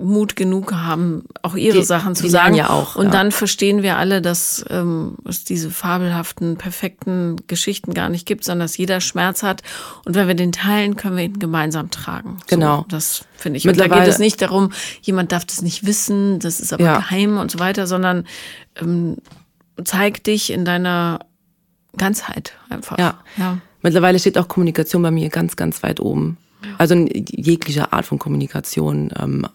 [SPEAKER 1] Mut genug haben, auch ihre
[SPEAKER 2] Die-
[SPEAKER 1] Sachen zu
[SPEAKER 2] die
[SPEAKER 1] sagen.
[SPEAKER 2] lernen ja auch,
[SPEAKER 1] Und
[SPEAKER 2] ja.
[SPEAKER 1] dann verstehen wir alle, dass ähm, es diese fabelhaften, perfekten Geschichten gar nicht gibt, sondern dass jeder Schmerz hat. Und wenn wir den teilen, können wir ihn gemeinsam tragen. So,
[SPEAKER 2] Genau.
[SPEAKER 1] das finde ich. Und da geht
[SPEAKER 2] Mittlerweile-
[SPEAKER 1] es nicht darum, jemand darf das nicht wissen, das ist aber
[SPEAKER 2] Ja.
[SPEAKER 1] geheim und so weiter, sondern ähm, zeig dich in deiner Ganzheit einfach.
[SPEAKER 2] Ja.
[SPEAKER 1] ja.
[SPEAKER 2] mittlerweile steht auch Kommunikation bei mir ganz, ganz weit oben. Also in jeglicher Art von Kommunikation. Ähm,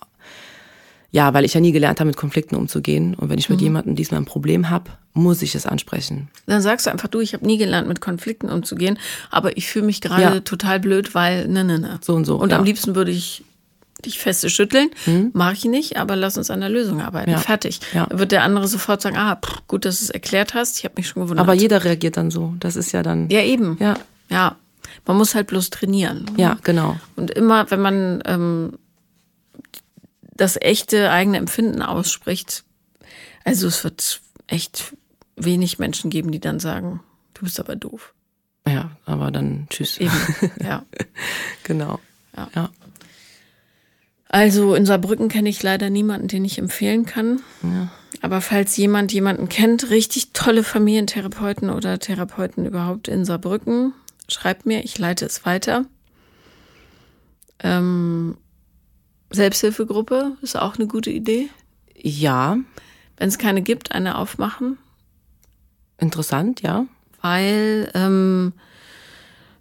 [SPEAKER 2] ja, weil ich ja nie gelernt habe, mit Konflikten umzugehen. Und wenn ich mit jemandem diesmal ein Problem habe, muss ich es ansprechen.
[SPEAKER 1] Dann sagst du einfach, du, ich habe nie gelernt, mit Konflikten umzugehen, aber ich fühle mich gerade
[SPEAKER 2] Ja.
[SPEAKER 1] total blöd, weil ne, ne, ne.
[SPEAKER 2] So und so,
[SPEAKER 1] Und
[SPEAKER 2] ja. Hm?
[SPEAKER 1] am liebsten würde ich dich feste schütteln. Mache ich nicht, aber lass uns an der Lösung arbeiten.
[SPEAKER 2] Ja.
[SPEAKER 1] Fertig.
[SPEAKER 2] Ja.
[SPEAKER 1] Dann wird der andere sofort sagen, ah, pff, gut, dass du es erklärt hast. Ich habe mich schon gewundert.
[SPEAKER 2] Aber jeder reagiert dann so. Das ist ja dann.
[SPEAKER 1] ja, eben.
[SPEAKER 2] Ja,
[SPEAKER 1] Ja. Man muss halt bloß trainieren.
[SPEAKER 2] ja genau.
[SPEAKER 1] Und immer, wenn man ähm, das echte eigene Empfinden ausspricht, also es wird echt wenig Menschen geben, die dann sagen, du bist aber doof.
[SPEAKER 2] Ja, aber dann tschüss.
[SPEAKER 1] Eben, ja.
[SPEAKER 2] Genau.
[SPEAKER 1] Ja.
[SPEAKER 2] ja.
[SPEAKER 1] Also in Saarbrücken kenne ich leider niemanden, den ich empfehlen kann. Aber falls jemand jemanden kennt, richtig tolle Familientherapeuten oder Therapeuten überhaupt in Saarbrücken, schreibt mir, ich leite es weiter. Ähm, Selbsthilfegruppe ist auch eine gute Idee.
[SPEAKER 2] Ja,
[SPEAKER 1] wenn es keine gibt, eine aufmachen,
[SPEAKER 2] interessant, ja.
[SPEAKER 1] weil ähm,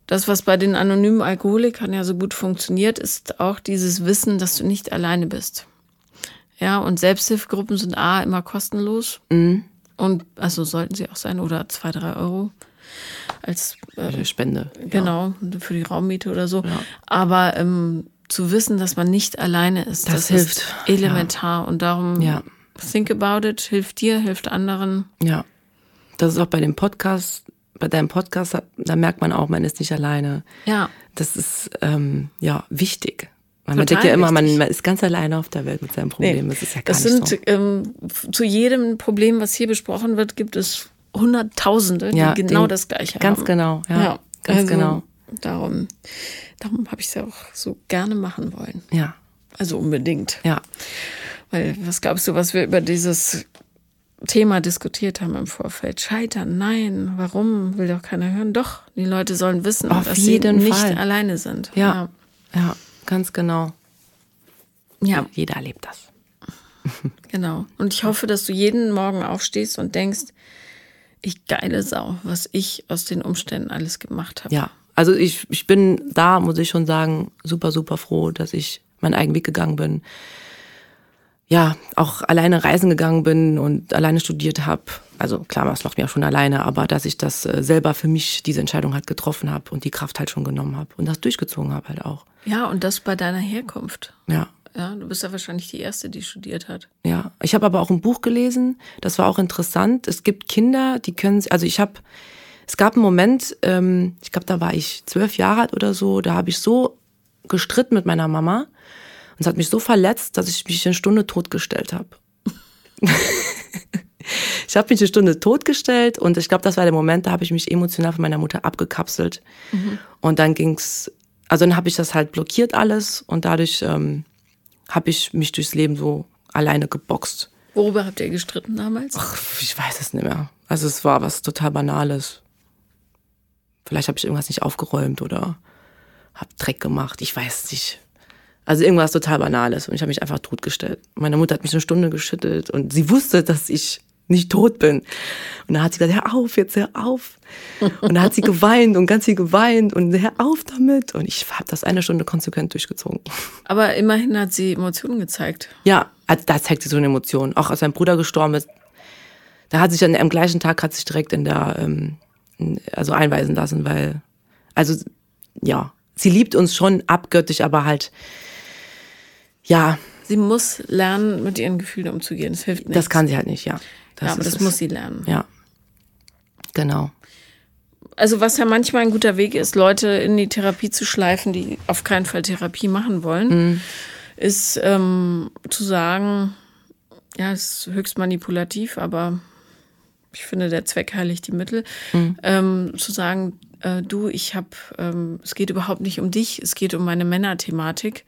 [SPEAKER 1] das, was bei den anonymen Alkoholikern ja so gut funktioniert, ist auch dieses Wissen, dass du nicht alleine bist. Ja, und Selbsthilfegruppen sind A, immer kostenlos
[SPEAKER 2] Mhm.
[SPEAKER 1] und also sollten sie auch sein oder zwei, drei Euro als äh,
[SPEAKER 2] Spende. Ja.
[SPEAKER 1] genau für die Raummiete oder so. Aber ähm, zu wissen, dass man nicht alleine ist, ist
[SPEAKER 2] Das hilft,
[SPEAKER 1] elementar und darum
[SPEAKER 2] Ja.
[SPEAKER 1] think about it, hilft dir, hilft anderen.
[SPEAKER 2] Ja. Das ist auch bei dem Podcast, bei deinem Podcast, da merkt man auch, man ist nicht alleine.
[SPEAKER 1] Ja.
[SPEAKER 2] Das ist ähm, ja wichtig. Weil man
[SPEAKER 1] Total
[SPEAKER 2] denkt ja immer, man,
[SPEAKER 1] wichtig.
[SPEAKER 2] man ist ganz alleine auf der Welt mit seinem Problem.
[SPEAKER 1] Nee.
[SPEAKER 2] Das ist ja gar
[SPEAKER 1] Das sind
[SPEAKER 2] nicht so.
[SPEAKER 1] ähm, f- zu jedem Problem, was hier besprochen wird, gibt es Hunderttausende, die
[SPEAKER 2] Ja,
[SPEAKER 1] genau
[SPEAKER 2] den-
[SPEAKER 1] das Gleiche
[SPEAKER 2] Ganz
[SPEAKER 1] haben.
[SPEAKER 2] genau, ja. ganz
[SPEAKER 1] also
[SPEAKER 2] genau.
[SPEAKER 1] Darum, darum habe ich es ja auch so gerne machen wollen.
[SPEAKER 2] Ja,
[SPEAKER 1] Also unbedingt.
[SPEAKER 2] ja.
[SPEAKER 1] Weil was glaubst du, was wir über dieses Thema diskutiert haben im Vorfeld? Scheitern, nein, warum? Will doch keiner hören. Doch, die Leute sollen wissen,
[SPEAKER 2] Auf
[SPEAKER 1] dass
[SPEAKER 2] jeden
[SPEAKER 1] sie nicht
[SPEAKER 2] Fall.
[SPEAKER 1] alleine sind.
[SPEAKER 2] Ja, ja, ganz genau.
[SPEAKER 1] ja. ja.
[SPEAKER 2] Jeder erlebt das.
[SPEAKER 1] Genau. Und ich hoffe, dass du jeden Morgen aufstehst und denkst, ich geile Sau, was ich aus den Umständen alles gemacht habe.
[SPEAKER 2] Ja, also ich, ich bin da, muss ich schon sagen, super, super froh, dass ich meinen eigenen Weg gegangen bin. Ja, auch alleine reisen gegangen bin und alleine studiert habe. Also klar, das macht mir auch schon alleine, aber dass ich das äh, selber für mich, diese Entscheidung halt getroffen habe und die Kraft halt schon genommen habe und das durchgezogen habe halt auch.
[SPEAKER 1] ja, und das bei deiner Herkunft.
[SPEAKER 2] Ja,
[SPEAKER 1] Ja, du bist ja wahrscheinlich die Erste, die studiert hat.
[SPEAKER 2] Ja, ich habe aber auch ein Buch gelesen, das war auch interessant. Es gibt Kinder, die können, also ich habe, es gab einen Moment, ähm, ich glaube, da war ich zwölf Jahre alt oder so, da habe ich so gestritten mit meiner Mama und es hat mich so verletzt, dass ich mich eine Stunde totgestellt habe. ich habe mich eine Stunde totgestellt und ich glaube, das war der Moment, da habe ich mich emotional von meiner Mutter abgekapselt. Und dann ging's, also dann habe ich das halt blockiert alles und dadurch ähm, habe ich mich durchs Leben so alleine geboxt.
[SPEAKER 1] Worüber habt ihr gestritten damals?
[SPEAKER 2] Ach, ich weiß es nicht mehr. Also es war was total Banales. Vielleicht habe ich irgendwas nicht aufgeräumt oder habe Dreck gemacht. Ich weiß es nicht. Also irgendwas total Banales und ich habe mich einfach totgestellt. Meine Mutter hat mich eine Stunde geschüttelt und sie wusste, dass ich nicht tot bin. Und dann hat sie gesagt, hör auf, jetzt hör auf. Und dann hat sie geweint und ganz viel geweint und hör auf damit. Und ich habe das eine Stunde konsequent durchgezogen.
[SPEAKER 1] Aber immerhin hat sie Emotionen gezeigt.
[SPEAKER 2] Ja, also da zeigt sie so eine Emotion. Auch als mein Bruder gestorben ist, da hat sich dann am gleichen Tag hat sich direkt in der, ähm, in- also einweisen lassen, weil, also ja, sie liebt uns schon abgöttisch, aber halt, ja,
[SPEAKER 1] Sie muss lernen, mit ihren Gefühlen umzugehen. Das hilft nicht.
[SPEAKER 2] das kann sie halt nicht, ja.
[SPEAKER 1] ja, aber
[SPEAKER 2] ist
[SPEAKER 1] das
[SPEAKER 2] es.
[SPEAKER 1] muss sie lernen.
[SPEAKER 2] Ja, genau.
[SPEAKER 1] Also was ja manchmal ein guter Weg ist, Leute in die Therapie zu schleifen, die auf keinen Fall Therapie machen wollen, ist ähm, zu sagen, ja, es ist höchst manipulativ, aber ich finde, der Zweck heiligt die Mittel, ähm, zu sagen, äh, du, ich habe, ähm, es geht überhaupt nicht um dich, es geht um meine Männerthematik.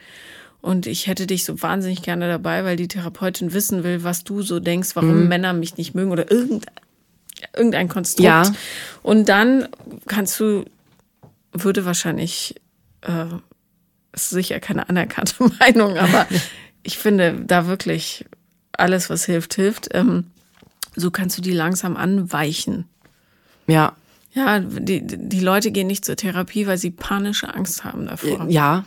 [SPEAKER 1] Und ich hätte dich so wahnsinnig gerne dabei, weil die Therapeutin wissen will, was du so denkst, warum Männer mich nicht mögen oder irgend, irgendein Konstrukt.
[SPEAKER 2] Ja.
[SPEAKER 1] Und dann kannst du, würde wahrscheinlich, äh, ist sicher keine anerkannte Meinung, aber ich finde da wirklich alles, was hilft, hilft. Ähm, so kannst du die langsam anweichen.
[SPEAKER 2] Ja,
[SPEAKER 1] Ja, die, die Leute gehen nicht zur Therapie, weil sie panische Angst haben davor.
[SPEAKER 2] Ja.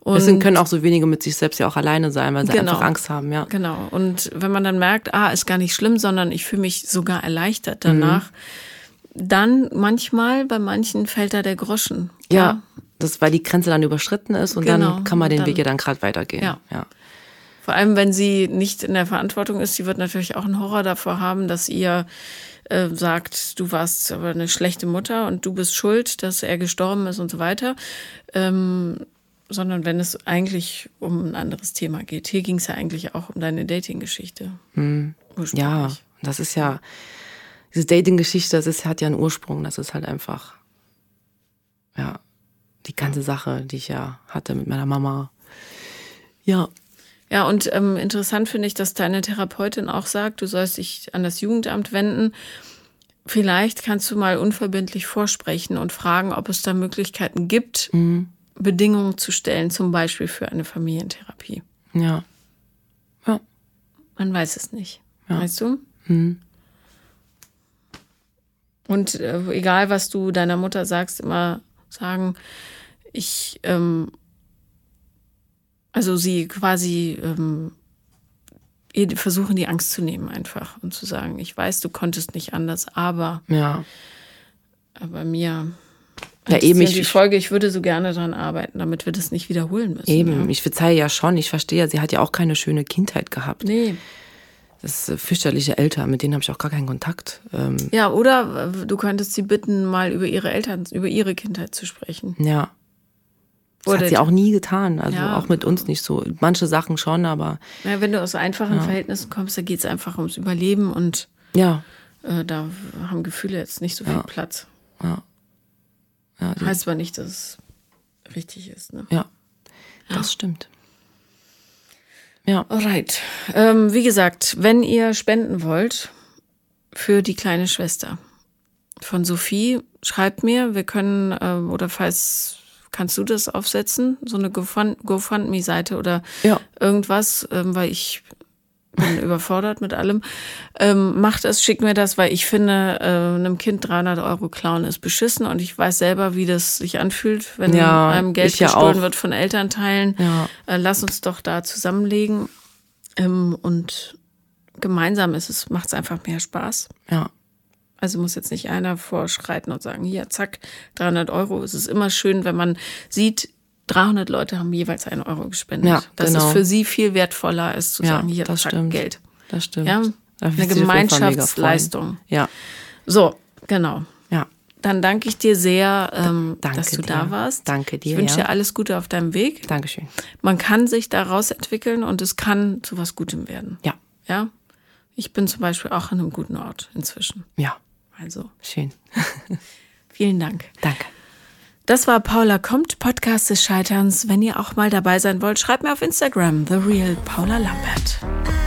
[SPEAKER 1] Und
[SPEAKER 2] Deswegen können auch so wenige mit sich selbst ja auch alleine sein, weil sie
[SPEAKER 1] Genau.
[SPEAKER 2] einfach Angst haben, ja.
[SPEAKER 1] Genau. Und wenn man dann merkt, ah, ist gar nicht schlimm, sondern ich fühle mich sogar erleichtert danach,
[SPEAKER 2] Mhm.
[SPEAKER 1] dann manchmal, bei manchen fällt da der Groschen.
[SPEAKER 2] Ja, das, weil die Grenze dann überschritten ist und
[SPEAKER 1] Genau.
[SPEAKER 2] dann kann man den
[SPEAKER 1] Dann-
[SPEAKER 2] Weg ja dann gerade weitergehen.
[SPEAKER 1] Ja.
[SPEAKER 2] ja.
[SPEAKER 1] Vor allem, wenn sie nicht in der Verantwortung ist, sie wird natürlich auch einen Horror davor haben, dass ihr äh, sagt, du warst aber eine schlechte Mutter und du bist schuld, dass er gestorben ist und so weiter. Ähm, sondern wenn es eigentlich um ein anderes Thema geht. Hier ging es ja eigentlich auch um deine Dating-Geschichte. Ursprünglich.
[SPEAKER 2] Ja, das ist ja, diese Dating-Geschichte, das ist, hat ja einen Ursprung. Das ist halt einfach, ja, die ganze Sache, die ich ja hatte mit meiner Mama. Ja,
[SPEAKER 1] Ja, und ähm, interessant finde ich, dass deine Therapeutin auch sagt, du sollst dich an das Jugendamt wenden. Vielleicht kannst du mal unverbindlich vorsprechen und fragen, ob es da Möglichkeiten gibt, Bedingungen zu stellen, zum Beispiel für eine Familientherapie.
[SPEAKER 2] ja, ja.
[SPEAKER 1] Man weiß es nicht. Weißt du?
[SPEAKER 2] Hm.
[SPEAKER 1] Und äh, egal, was du deiner Mutter sagst, immer sagen, ich, ähm, also sie quasi ähm, ihr versuchen, die Angst zu nehmen einfach und zu sagen, ich weiß, du konntest nicht anders, aber
[SPEAKER 2] Ja,
[SPEAKER 1] aber mir.
[SPEAKER 2] Ja, eben,
[SPEAKER 1] interessiert
[SPEAKER 2] ich-
[SPEAKER 1] die Folge, ich würde so gerne daran arbeiten, damit wir das nicht wiederholen müssen.
[SPEAKER 2] eben.
[SPEAKER 1] Ja.
[SPEAKER 2] Ich verzeihe ja schon. Ich verstehe ja, sie hat ja auch keine schöne Kindheit gehabt.
[SPEAKER 1] Nee.
[SPEAKER 2] Das ist äh, fürchterliche Eltern, mit denen habe ich auch gar keinen Kontakt. Ähm,
[SPEAKER 1] Ja, oder äh, du könntest sie bitten, mal über ihre Eltern, über ihre Kindheit zu sprechen.
[SPEAKER 2] ja. Das
[SPEAKER 1] Oder-
[SPEAKER 2] hat sie auch nie getan. Also
[SPEAKER 1] Ja.
[SPEAKER 2] auch mit uns nicht so. Manche Sachen schon, aber
[SPEAKER 1] Ja, wenn du aus einfachen Verhältnissen kommst, da geht's einfach ums Überleben und
[SPEAKER 2] ja.
[SPEAKER 1] äh, da haben Gefühle jetzt nicht so viel Platz.
[SPEAKER 2] Ja. Ja, die-
[SPEAKER 1] heißt aber nicht, dass es richtig ist. Ne?
[SPEAKER 2] Ja, das stimmt. Ja,
[SPEAKER 1] Alright. Ähm, wie gesagt, wenn ihr spenden wollt für die kleine Schwester von Sophie, schreibt mir. Wir können, ähm, oder falls kannst du das aufsetzen, so eine GoFund- GoFundMe-Seite oder
[SPEAKER 2] Ja.
[SPEAKER 1] irgendwas, ähm, weil ich bin überfordert mit allem. Ähm, macht es, schickt mir das, weil ich finde, äh, einem Kind 300 Euro klauen ist beschissen und ich weiß selber, wie das sich anfühlt, wenn
[SPEAKER 2] Ja,
[SPEAKER 1] einem Geld
[SPEAKER 2] ich ja
[SPEAKER 1] gestohlen
[SPEAKER 2] auch.
[SPEAKER 1] wird von Elternteilen.
[SPEAKER 2] Ja.
[SPEAKER 1] Äh, lass uns doch da zusammenlegen ähm, und gemeinsam ist es, macht es einfach mehr Spaß.
[SPEAKER 2] ja,
[SPEAKER 1] Also muss jetzt nicht einer vorschreiten und sagen, hier, zack, 300 Euro. Es ist immer schön, wenn man sieht, 300 Leute haben jeweils einen Euro gespendet.
[SPEAKER 2] Ja,
[SPEAKER 1] das
[SPEAKER 2] genau.
[SPEAKER 1] ist für sie viel wertvoller, als zu
[SPEAKER 2] Ja,
[SPEAKER 1] sagen, hier,
[SPEAKER 2] das
[SPEAKER 1] zack,
[SPEAKER 2] stimmt.
[SPEAKER 1] Geld.
[SPEAKER 2] das stimmt.
[SPEAKER 1] Ja,
[SPEAKER 2] Da wird
[SPEAKER 1] eine
[SPEAKER 2] sich auf jeden Fall mega freuen.
[SPEAKER 1] Gemeinschaftsleistung.
[SPEAKER 2] Ja,
[SPEAKER 1] So, genau.
[SPEAKER 2] ja.
[SPEAKER 1] Dann danke ich dir sehr, ähm,
[SPEAKER 2] danke
[SPEAKER 1] dass du
[SPEAKER 2] dir.
[SPEAKER 1] da warst.
[SPEAKER 2] Danke dir,
[SPEAKER 1] Ich wünsche
[SPEAKER 2] ja.
[SPEAKER 1] dir alles Gute auf deinem Weg.
[SPEAKER 2] Dankeschön.
[SPEAKER 1] Man kann sich daraus entwickeln und es kann zu was Gutem werden.
[SPEAKER 2] Ja,
[SPEAKER 1] Ja. Ich bin zum Beispiel auch an einem guten Ort inzwischen.
[SPEAKER 2] ja,
[SPEAKER 1] Also
[SPEAKER 2] schön.
[SPEAKER 1] vielen Dank.
[SPEAKER 2] Danke.
[SPEAKER 1] Das war Paula kommt, Podcast des Scheiterns. Wenn ihr auch mal dabei sein wollt, schreibt mir auf Instagram, The Real Paula Lambert.
[SPEAKER 3] I